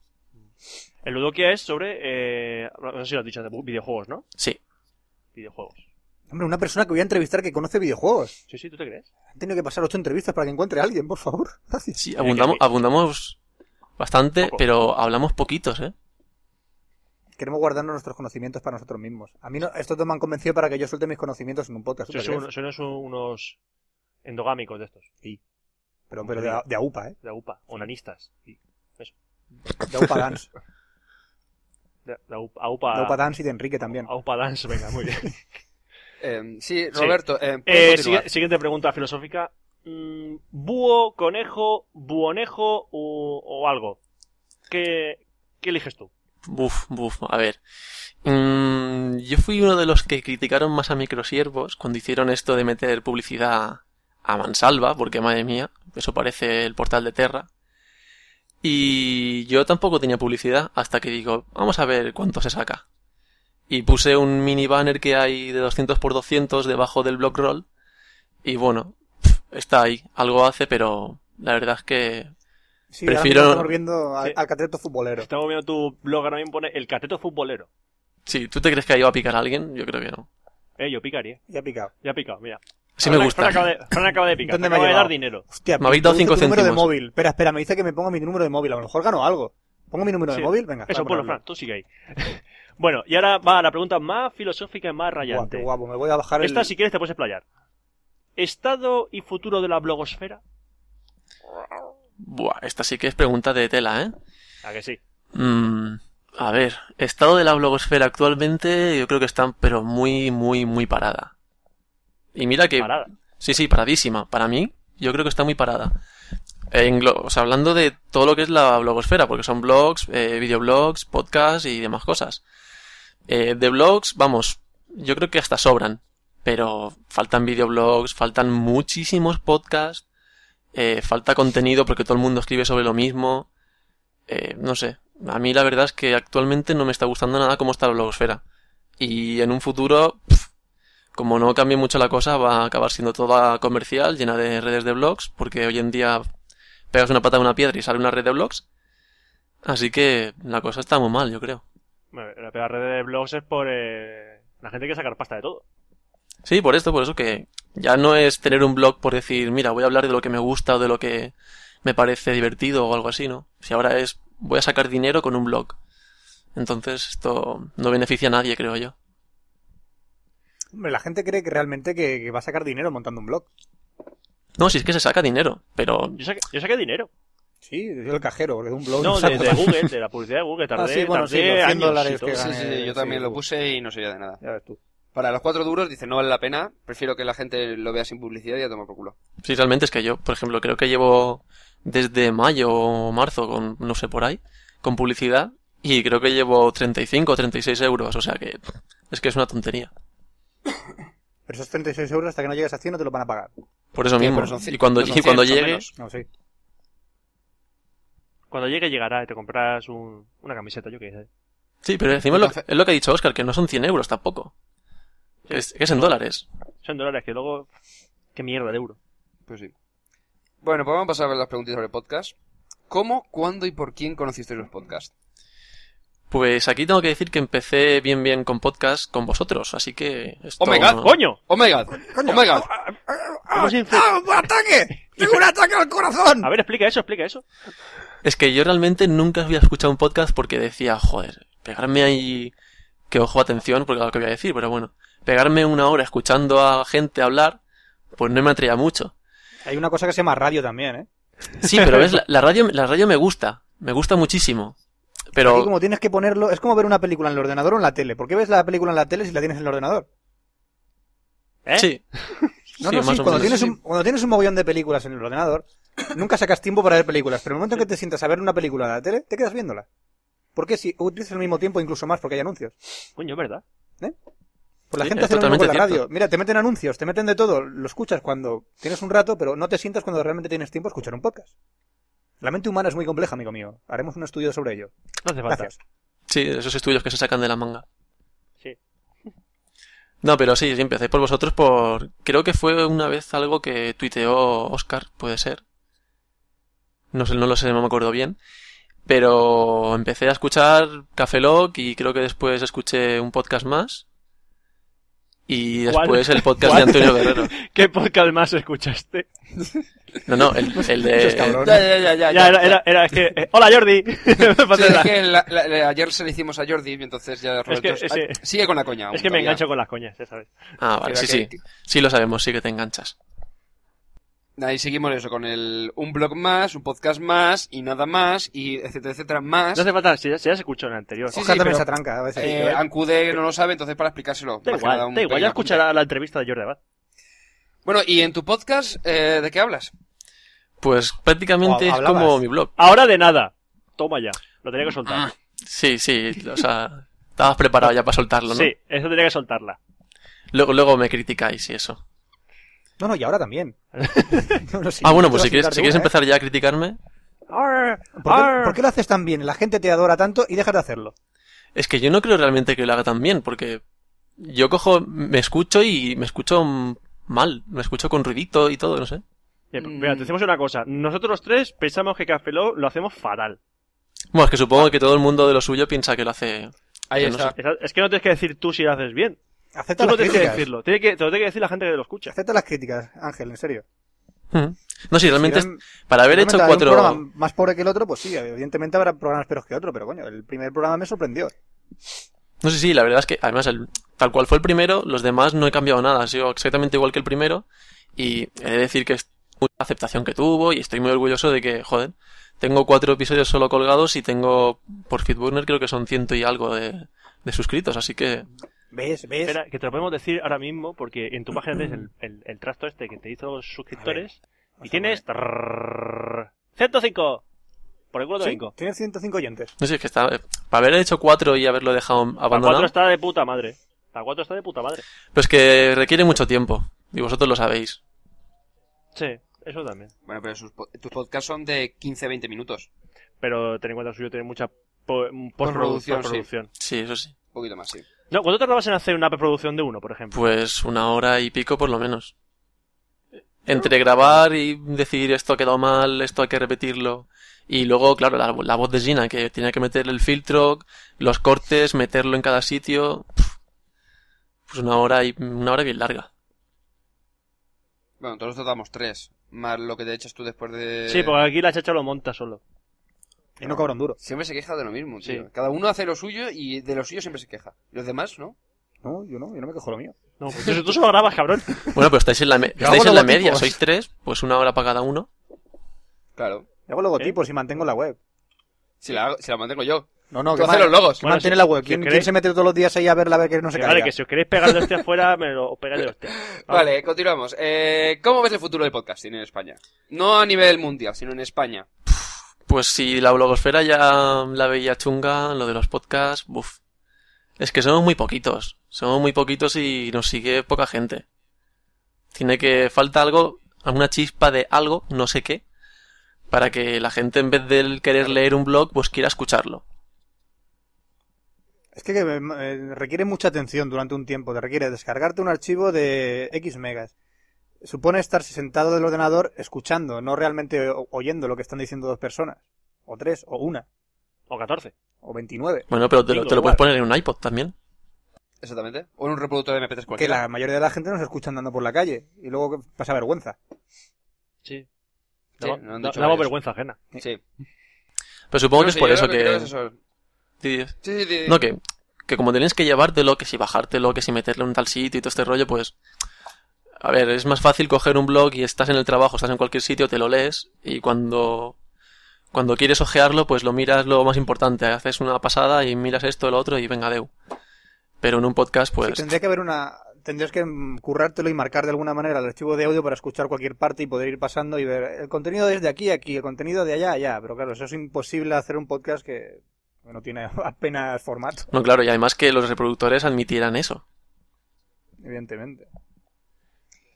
Speaker 2: El Ludokia es sobre, eh, no sé si lo has dicho, de videojuegos, ¿no?
Speaker 5: Sí.
Speaker 2: Videojuegos.
Speaker 3: Hombre, una persona que voy a entrevistar que conoce videojuegos.
Speaker 2: Sí, sí, ¿tú te crees?
Speaker 3: Han tenido que pasar ocho entrevistas para que encuentre a alguien, por favor. Gracias.
Speaker 5: Sí, abundamos, abundamos bastante,
Speaker 2: Poco.
Speaker 5: pero hablamos poquitos, ¿eh?
Speaker 3: Queremos guardarnos nuestros conocimientos para nosotros mismos. A mí no, estos dos me han convencido para que yo suelte mis conocimientos en un podcast. ¿tú
Speaker 2: Sois,
Speaker 3: te crees?
Speaker 2: un- sois unos endogámicos de estos,
Speaker 3: Pero, pero de, a- de AUPA, ¿eh?
Speaker 2: de AUPA, onanistas.
Speaker 3: De AUPA Dance.
Speaker 2: De, de AUPA,
Speaker 3: De AUPA
Speaker 2: AUPA,
Speaker 3: Dance y de Enrique también.
Speaker 2: AUPA Dance, venga, muy bien.
Speaker 4: Eh, sí,
Speaker 2: Sí.
Speaker 4: Roberto, eh, puedes
Speaker 2: Eh,
Speaker 4: continuar.
Speaker 2: sigue- siguiente pregunta filosófica. Mm, ¿Búho, conejo, buonejo o, o algo? ¿Qué, ¿Qué eliges tú?
Speaker 5: Buf, buf, a ver. Mm, yo fui uno de los que criticaron más a Microsiervos cuando hicieron esto de meter publicidad a mansalva, porque madre mía, eso parece el portal de Terra. Y yo tampoco tenía publicidad hasta que digo, vamos a ver cuánto se saca. Y puse un mini banner que hay de 200 por 200 debajo del block roll. Y bueno, está ahí, algo hace, pero la verdad es que
Speaker 3: Sí, ahora
Speaker 5: Prefiero-
Speaker 3: mismo estamos viendo al,
Speaker 2: Sí.
Speaker 3: al cateto futbolero.
Speaker 2: Estamos viendo tu blog ahora mismo pone el cateto futbolero.
Speaker 5: Sí, ¿tú te crees que iba a picar a alguien? Yo creo que no.
Speaker 2: Eh, yo picaría.
Speaker 3: Ya ha picado.
Speaker 2: Ya ha picado, mira.
Speaker 5: Sí
Speaker 2: Fran-
Speaker 5: me gusta.
Speaker 2: Fran acaba de, Fran acaba de picar.
Speaker 3: ¿Dónde
Speaker 2: ¿Dónde
Speaker 3: me
Speaker 2: me
Speaker 3: ha
Speaker 2: acaba de
Speaker 3: llegado?
Speaker 2: dar dinero.
Speaker 3: Hostia,
Speaker 5: Me habéis dado
Speaker 3: me dice
Speaker 5: cinco
Speaker 3: tu número de
Speaker 5: céntimos.
Speaker 3: móvil. Espera, espera, me dice que me ponga mi número de móvil. A lo mejor gano algo. ¿Pongo mi número
Speaker 2: Sí.
Speaker 3: de móvil? Venga.
Speaker 2: Eso,
Speaker 3: va,
Speaker 2: ponlo,
Speaker 3: ponlo.
Speaker 2: Fran, tú sigue ahí. bueno, y ahora va a la pregunta más filosófica y más
Speaker 3: Guau, qué
Speaker 2: rayante.
Speaker 3: guapo, me voy a bajar
Speaker 2: Esta,
Speaker 3: el...
Speaker 2: si quieres, te puedes explayar. ¿Estado y futuro de la blogosfera?
Speaker 5: Buah, esta sí que es pregunta de tela, ¿eh?
Speaker 2: ¿A que sí?
Speaker 5: Mm, a ver, estado de la blogosfera actualmente yo creo que están pero muy, muy, muy parada. Y mira que...
Speaker 2: Parada.
Speaker 5: Sí, sí, paradísima. Para mí, yo creo que está muy parada. En glo- o sea, hablando de todo lo que es la blogosfera, porque son blogs, eh, videoblogs, podcasts y demás cosas. Eh, de blogs, vamos, yo creo que hasta sobran. Pero faltan videoblogs, faltan muchísimos podcasts, eh, falta contenido porque todo el mundo escribe sobre lo mismo. Eh, no sé, a mí la verdad es que actualmente no me está gustando nada cómo está la blogosfera. Y en un futuro, pf, como no cambie mucho la cosa, va a acabar siendo toda comercial, llena de redes de blogs, porque hoy en día pegas una pata a una piedra y sale una red de blogs. Así que la cosa está muy mal, yo creo.
Speaker 2: Bueno, La peor red de blogs es por eh, la gente que sacar pasta de todo.
Speaker 5: Sí, por esto, por eso que ya no es tener un blog por decir, mira, voy a hablar de lo que me gusta o de lo que me parece divertido o algo así, ¿no? Si ahora es, voy a sacar dinero con un blog. Entonces esto no beneficia a nadie, creo yo.
Speaker 3: Hombre, la gente cree que realmente que, que va a sacar dinero montando un blog.
Speaker 5: No, si es que se saca dinero, pero
Speaker 2: Yo saqué, yo saqué dinero.
Speaker 3: Sí, yo el cajero, porque de un blog
Speaker 2: No, de,
Speaker 3: saco
Speaker 2: de
Speaker 3: nada.
Speaker 2: Google, de la publicidad de Google. Tardé,
Speaker 3: Oh, Ah, sí, bueno, sí,
Speaker 2: tardé
Speaker 3: los 100
Speaker 2: años y
Speaker 3: dólares
Speaker 2: todo.
Speaker 3: que
Speaker 4: Sí, sí,
Speaker 3: gané,
Speaker 4: sí, yo también
Speaker 3: sí,
Speaker 4: lo
Speaker 3: tú.
Speaker 4: puse y no servía de nada.
Speaker 3: Ya ves tú.
Speaker 4: Para los cuatro duros dice no vale la pena, prefiero que la gente lo vea sin publicidad y a tomar por culo.
Speaker 5: Sí, realmente es que yo, por ejemplo, creo que llevo desde mayo o marzo, con no sé por ahí, con publicidad, y creo que llevo 35 o 36 euros, o sea que es que es una tontería.
Speaker 3: Pero esos 36 euros hasta que no llegues a 100 no te lo van a pagar.
Speaker 5: Por eso
Speaker 4: Sí,
Speaker 5: mismo.
Speaker 4: pero son cien-
Speaker 5: Y cuando,
Speaker 4: no son
Speaker 5: y cuando
Speaker 4: cien, son
Speaker 5: llegue,
Speaker 4: menos.
Speaker 3: No, sí.
Speaker 2: Cuando llegue, llegará y te comprarás un- una camiseta, yo qué sé.
Speaker 5: sí, pero encima es lo, que-
Speaker 4: Entonces-
Speaker 5: es lo que ha dicho Oscar, que no son 100 euros tampoco. Es, es en dólares.
Speaker 2: Son dólares que luego. Qué mierda de euro.
Speaker 4: Pues sí. Bueno, pues vamos a pasar a ver las preguntitas sobre podcast. ¿Cómo, cuándo y por quién conocisteis los podcasts?
Speaker 5: Pues aquí tengo que decir que empecé bien bien con podcast con vosotros, así que... Esto
Speaker 4: ¡Oh my god!
Speaker 5: no-
Speaker 2: ¡Coño!
Speaker 4: ¡Oh my god! ¡Oh my god!
Speaker 2: ¿Cómo se dice?
Speaker 3: ¡Ah, un ataque! ¡Tengo un ataque al corazón!
Speaker 2: A ver, explica eso, explica eso.
Speaker 5: Es que yo realmente nunca había escuchado un podcast porque decía, joder, pegarme ahí. Que ojo, atención, porque es lo que voy a decir, pero bueno. Pegarme una hora escuchando a gente hablar, pues no me atraía mucho.
Speaker 3: Hay una cosa que se llama radio también, ¿eh?
Speaker 5: Sí, pero ves, la, la radio, la radio me gusta. Me gusta muchísimo.
Speaker 3: Aquí
Speaker 5: Pero,
Speaker 3: como tienes que ponerlo... Es como ver una película en el ordenador o en la tele. ¿Por qué ves la película en la tele si la tienes en el ordenador?
Speaker 2: ¿Eh?
Speaker 5: sí.
Speaker 3: No,
Speaker 5: Sí,
Speaker 3: no,
Speaker 5: más
Speaker 3: sí,
Speaker 5: o
Speaker 3: cuando,
Speaker 5: menos.
Speaker 3: tienes un, cuando tienes un mogollón de películas en el ordenador, nunca sacas tiempo para ver películas, pero en el momento en que te sientas a ver una película en la tele, te quedas viéndola. ¿Por qué si utilizas el mismo tiempo, incluso más, porque hay anuncios?
Speaker 2: Coño, es verdad.
Speaker 3: Pues la
Speaker 5: Sí,
Speaker 3: gente
Speaker 5: es
Speaker 3: hace lo mismo con la
Speaker 5: totalmente
Speaker 3: radio.
Speaker 5: cierto.
Speaker 3: Mira, te meten anuncios, te meten de todo, lo escuchas cuando tienes un rato, pero no te sientas cuando realmente tienes tiempo a escuchar un podcast. La mente humana es muy compleja, amigo mío. Haremos un estudio sobre ello.
Speaker 2: No hace falta.
Speaker 3: Gracias.
Speaker 5: Sí, esos estudios que se sacan de la manga.
Speaker 2: Sí.
Speaker 5: No, pero sí, sí, empecé por vosotros por... Creo que fue una vez algo que tuiteó Oscar, puede ser. No sé, no lo sé, no me acuerdo bien. Pero empecé a escuchar Café Lock y creo que después escuché un podcast más. Y
Speaker 2: ¿Cuál?
Speaker 5: después el podcast
Speaker 2: ¿Cuál?
Speaker 5: de Antonio Guerrero.
Speaker 2: ¿Qué podcast más escuchaste?
Speaker 5: No, no, el, el
Speaker 3: Muchos
Speaker 5: de...
Speaker 3: cabrones.
Speaker 4: Ya, ya, ya, ya,
Speaker 2: Ya,
Speaker 4: ya,
Speaker 2: era,
Speaker 4: ya.
Speaker 2: era, era, es que. eh, ¡Hola, Jordi!
Speaker 4: Sí,
Speaker 2: Pásala.
Speaker 4: es que la- la- la- ayer se le hicimos a Jordi y entonces ya Roberto...
Speaker 2: que ese-
Speaker 4: Ah, sigue con la coña. aún
Speaker 2: Es que me
Speaker 4: todavía.
Speaker 2: engancho con las coñas, ya sabes.
Speaker 5: Ah, vale,
Speaker 4: Queda
Speaker 5: sí,
Speaker 4: que-
Speaker 5: sí. Sí lo sabemos, sí que te enganchas.
Speaker 4: Ahí seguimos eso, con el un blog más, un podcast más y nada más y etcétera, etcétera, más.
Speaker 2: No hace falta, si ya, si ya se escuchó en el anterior.
Speaker 4: Sí,
Speaker 3: Ojalá también
Speaker 4: pero-
Speaker 3: se atranca a veces.
Speaker 4: Eh,
Speaker 3: Pero-
Speaker 4: Ancude no lo sabe, entonces para explicárselo.
Speaker 2: Da
Speaker 4: más que nada,
Speaker 2: igual,
Speaker 4: un
Speaker 2: da igual,
Speaker 4: pequeño
Speaker 2: ya
Speaker 4: apunte.
Speaker 2: escuchará la entrevista de Jordi Abad.
Speaker 4: Bueno, y en tu podcast, eh, ¿de qué hablas?
Speaker 5: Pues prácticamente
Speaker 3: O
Speaker 5: es
Speaker 3: hablabas.
Speaker 5: como mi blog.
Speaker 3: Ah,
Speaker 2: Ahora de nada. Toma ya. Lo tenía que soltar.
Speaker 5: Sí, sí, o sea, estabas preparado ya para soltarlo, ¿no?
Speaker 2: Sí, eso tenía que soltarla.
Speaker 5: Luego, luego me criticáis y eso.
Speaker 3: No, no, y ahora también. No, no, sí,
Speaker 5: ah, bueno,
Speaker 3: no te
Speaker 5: pues
Speaker 3: vas
Speaker 5: si
Speaker 3: a quitar
Speaker 5: quieres, si
Speaker 3: de
Speaker 5: quieres
Speaker 3: una, ¿eh?
Speaker 5: empezar ya a criticarme,
Speaker 2: Arr,
Speaker 3: ¿Por qué,
Speaker 2: arr.
Speaker 3: por qué lo haces tan bien? La gente te adora tanto y dejas de hacerlo.
Speaker 5: es que yo no creo realmente que lo haga tan bien, porque yo cojo, me escucho y me escucho mm, mal, me escucho con ruidito y todo, no sé.
Speaker 2: Bien, pues, mira, te decimos una cosa. Nosotros los tres pensamos que Café Lock lo hacemos fatal.
Speaker 5: Bueno, es que
Speaker 3: Ah.
Speaker 5: supongo que todo el mundo de lo suyo piensa que lo hace...
Speaker 4: Ahí
Speaker 5: Yo no
Speaker 4: está.
Speaker 2: Esa- Es que no tienes que decir tú si lo haces bien.
Speaker 3: Acepta
Speaker 2: Tú no
Speaker 3: las
Speaker 2: tienes que
Speaker 3: críticas.
Speaker 2: decirlo. Tiene que, te lo tiene que decir la gente que lo escucha.
Speaker 3: Acepta las críticas, Ángel, en serio.
Speaker 5: Mm. No, sí, realmente,
Speaker 3: Si eran-
Speaker 5: es- para haber
Speaker 3: realmente
Speaker 5: hecho
Speaker 3: habrá
Speaker 5: cuatro...
Speaker 3: Un programa más pobre que el otro, pues sí, evidentemente habrá programas peores que otro, pero coño, el primer programa me sorprendió.
Speaker 5: No sé, sí, la verdad es que además el- tal cual fue el primero, los demás no he cambiado nada, ha sido exactamente igual que el primero y he de decir que es una aceptación que tuvo y estoy muy orgulloso de que, joder, tengo cuatro episodios solo colgados y tengo por Fitburner creo que son ciento y algo de, de suscritos, así que
Speaker 3: ¿Ves? ¿Ves?
Speaker 2: Espera, que te lo podemos decir ahora mismo porque en tu página tienes el, el, el trasto este que te hizo los suscriptores y
Speaker 3: a
Speaker 2: tienes... 105. Por el culo de
Speaker 3: Sí,
Speaker 2: Bingo.
Speaker 3: Tienes 105 oyentes.
Speaker 5: no sé, es que está... Para haber hecho cuatro y haberlo dejado
Speaker 2: La 4
Speaker 5: abandonado,
Speaker 2: está de puta madre. La 4 está de puta madre.
Speaker 5: pero es que requiere mucho tiempo y vosotros lo sabéis.
Speaker 2: Sí, eso también.
Speaker 4: Bueno, pero sus po- tus podcasts son de 15-20 minutos.
Speaker 2: Pero ten en cuenta que el suyo tiene mucha po-
Speaker 4: Postproducción,
Speaker 2: postproducción. postproducción.
Speaker 5: Sí, eso sí.
Speaker 4: Un poquito más, sí.
Speaker 2: No, ¿Cuánto tardabas en hacer una preproducción de uno, por ejemplo?
Speaker 5: Pues una hora y pico por lo menos. Entre grabar y decir esto ha quedado mal, esto hay que repetirlo. Y luego, claro, la, la voz de Gina, que tenía que meter el filtro, los cortes, meterlo en cada sitio. Pf, Pues una hora y una hora bien larga.
Speaker 4: Bueno, entonces tratamos tres. Más lo que te echas tú después de.
Speaker 2: Sí, pues, porque aquí la chacha lo monta solo.
Speaker 3: Y
Speaker 2: Ah.
Speaker 3: no cobra un duro.
Speaker 4: Siempre se queja de lo mismo,
Speaker 2: Sí.
Speaker 4: tío. Cada uno hace lo suyo y de lo suyo siempre se queja. Los demás, ¿no?
Speaker 3: No, yo no, yo no me quejo lo mío.
Speaker 2: No, pues tú, tú solo grabas, cabrón.
Speaker 5: Bueno, pero estáis en la, me-
Speaker 3: Yo
Speaker 5: estáis
Speaker 3: hago
Speaker 5: en la
Speaker 3: logotipos.
Speaker 5: media, sois tres, pues una hora para cada uno.
Speaker 4: Claro.
Speaker 3: Yo hago logotipos y mantengo la web.
Speaker 4: Si la, hago- si la mantengo yo.
Speaker 3: No, no,
Speaker 4: Tú haces los logos.
Speaker 3: que
Speaker 2: Bueno,
Speaker 3: mantiene
Speaker 2: si-
Speaker 3: la web.
Speaker 2: si
Speaker 3: ¿Quién,
Speaker 2: queréis-
Speaker 3: quién se mete todos los días ahí a ver la ver que no se
Speaker 2: Que
Speaker 3: caiga?
Speaker 2: vale, que si os queréis pegar de hostia afuera, me lo os pegáis de hostia. Vamos.
Speaker 4: Vale, continuamos. Eh, ¿Cómo ves el futuro del podcasting en España? No a nivel mundial, sino en España.
Speaker 5: Pues si la blogosfera ya la veía chunga, lo de los podcasts, buf. Es que somos muy poquitos. Somos muy poquitos y nos sigue poca gente. Tiene que falta algo, alguna chispa de algo, no sé qué, para que la gente en vez de querer leer un blog, pues quiera escucharlo.
Speaker 3: Es que eh, requiere mucha atención durante un tiempo. Te requiere descargarte un archivo de X megas. Supone estar sentado del ordenador escuchando, no realmente o- oyendo lo que están diciendo dos personas. O tres, o una,
Speaker 2: O 14.
Speaker 3: o 29.
Speaker 5: Bueno, pero te, lo-
Speaker 2: Digo,
Speaker 5: te lo
Speaker 2: igual.
Speaker 5: puedes poner en un iPod también.
Speaker 4: Exactamente. O en un reproductor de MP3
Speaker 3: Que
Speaker 4: cualquiera.
Speaker 3: la mayoría de la gente nos escucha andando por la calle. Y luego pasa vergüenza.
Speaker 2: Sí.
Speaker 4: Sí,
Speaker 2: Damos,
Speaker 4: nos han
Speaker 2: da-
Speaker 4: dicho
Speaker 2: damos
Speaker 4: varios.
Speaker 2: vergüenza ajena.
Speaker 4: Sí.
Speaker 5: Pero supongo
Speaker 4: No
Speaker 5: que
Speaker 4: sé,
Speaker 5: es por
Speaker 4: yo
Speaker 5: eso
Speaker 4: creo creo
Speaker 5: que...
Speaker 4: es eso.
Speaker 5: Sí, sí.
Speaker 4: Sí, sí, sí.
Speaker 5: No, que, que como tenéis que llevártelo, que si bajártelo, que si meterlo en tal sitio y todo este rollo, pues... A ver, es más fácil coger un blog y estás en el trabajo, estás en cualquier sitio, te lo lees y cuando... Cuando quieres ojearlo, pues lo miras lo más importante, haces una pasada y miras esto, lo otro y venga, deu. Pero en un podcast,
Speaker 3: Sí,
Speaker 5: pues...
Speaker 3: tendría que haber una. Tendrías que mm, currártelo y marcar de alguna manera el archivo de audio para escuchar cualquier parte y poder ir pasando y ver el contenido desde aquí a aquí, el contenido de allá a allá. Pero claro, eso es imposible hacer un podcast que que no tiene apenas formato,
Speaker 5: No, claro, y además que los reproductores admitieran eso.
Speaker 3: evidentemente.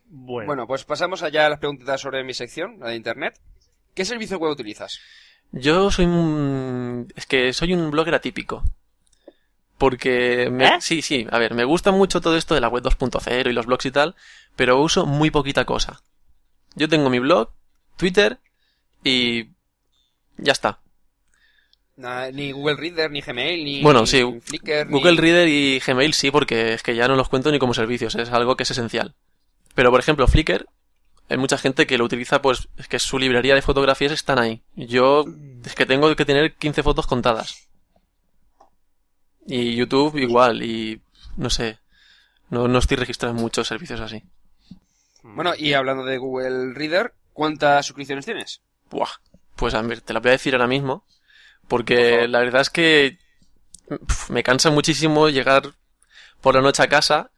Speaker 2: Bueno.
Speaker 4: Bueno, pues pasamos allá a las preguntitas sobre mi sección, la de internet. ¿Qué servicio web utilizas?
Speaker 5: Yo soy un... Es que soy un blogger atípico. Porque... me-
Speaker 2: ¿Eh?
Speaker 5: Sí, sí, a ver, me gusta mucho todo esto de la web 2.0 y los blogs y tal, pero uso muy poquita cosa. Yo tengo mi blog, Twitter y... Ya está.
Speaker 4: Na- ni Google Reader, ni Gmail, ni,
Speaker 5: Bueno,
Speaker 4: ni
Speaker 5: sí,
Speaker 4: Flickr. ni-
Speaker 5: Google Reader y Gmail sí, porque es que ya no los cuento ni como servicios, es algo que es esencial. Pero, por ejemplo, Flickr, hay mucha gente que lo utiliza, pues, es que su librería de fotografías están ahí. Yo, es que tengo que tener 15 fotos contadas. Y YouTube igual, y no sé. No, no estoy registrado en muchos servicios así.
Speaker 4: Bueno, y hablando de Google Reader, ¿cuántas suscripciones tienes?
Speaker 5: Buah. Pues a ver, te la voy a decir ahora mismo.
Speaker 4: Por
Speaker 5: Porque
Speaker 4: favor.
Speaker 5: la verdad es que pf, me cansa muchísimo llegar por la noche a casa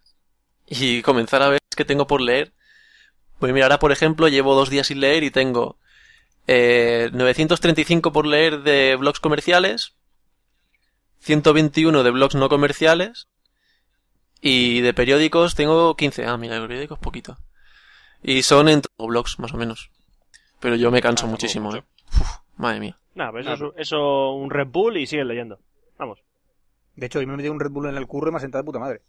Speaker 5: y comenzar a ver qué tengo por leer. Pues mira, ahora por ejemplo llevo dos días sin leer y tengo eh, 935 por leer de blogs comerciales, 121 de blogs no comerciales y de periódicos tengo 15. Ah, mira, de periódicos poquito. Y son en o blogs, más o menos. Pero yo me
Speaker 2: Ah,
Speaker 5: canso
Speaker 2: tampoco
Speaker 5: muchísimo,
Speaker 2: mucho.
Speaker 5: ¿eh? Uf, madre mía.
Speaker 2: Nada, pero pues eso, es- eso un Red Bull y sigues leyendo. Vamos.
Speaker 3: De hecho, hoy me he metido un Red Bull en el curro y me ha sentado de puta madre.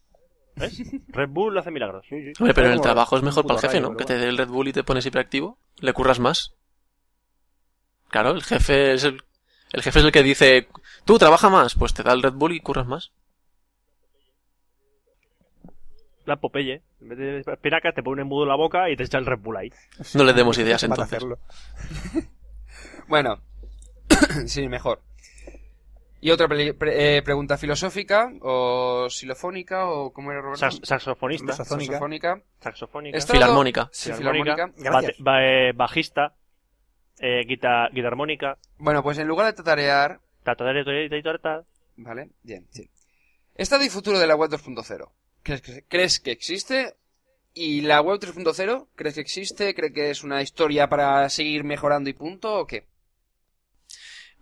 Speaker 2: ¿Ves? Red Bull hace milagros.
Speaker 5: Hombre, pero en el
Speaker 3: Como
Speaker 5: trabajo es
Speaker 3: un
Speaker 5: mejor
Speaker 3: puto
Speaker 5: para el jefe,
Speaker 3: rayo,
Speaker 5: ¿no?
Speaker 3: pero
Speaker 5: Que te
Speaker 3: bueno.
Speaker 5: dé el Red Bull y te pones hiperactivo. Le curras más. Claro, el jefe es el, el jefe es el que dice, tú trabaja más, pues te da el Red Bull y curras más.
Speaker 2: La Popeye. En vez de espinacas te pone mudo en la boca y te echa el Red Bull ahí.
Speaker 5: No le demos ideas
Speaker 3: Para
Speaker 5: entonces.
Speaker 3: hacerlo.
Speaker 4: Bueno, sí, mejor. Y otra peli- pre- eh, pregunta filosófica, o xilofónica, o ¿cómo era Roberto?
Speaker 2: Sax-
Speaker 5: Ah,
Speaker 2: saxofonista.
Speaker 3: Saxo- Saxofónica.
Speaker 4: Saxofónica.
Speaker 2: Saxofónica.
Speaker 4: Esto-
Speaker 5: Filarmónica.
Speaker 4: Sí, filarmónica.
Speaker 3: Gracias.
Speaker 2: bate- ba- eh, bajista. Eh, guita- guitarmónica.
Speaker 4: Bueno, pues en lugar de tatarear,
Speaker 2: Tatadere, torerita y torta.
Speaker 4: ¿vale? Bien, sí. Estado y futuro de la web 2.0. ¿Crees que, ¿Crees que existe? ¿Y la web 3.0? ¿Crees que existe? ¿Crees que es una historia para seguir mejorando y punto? ¿O qué?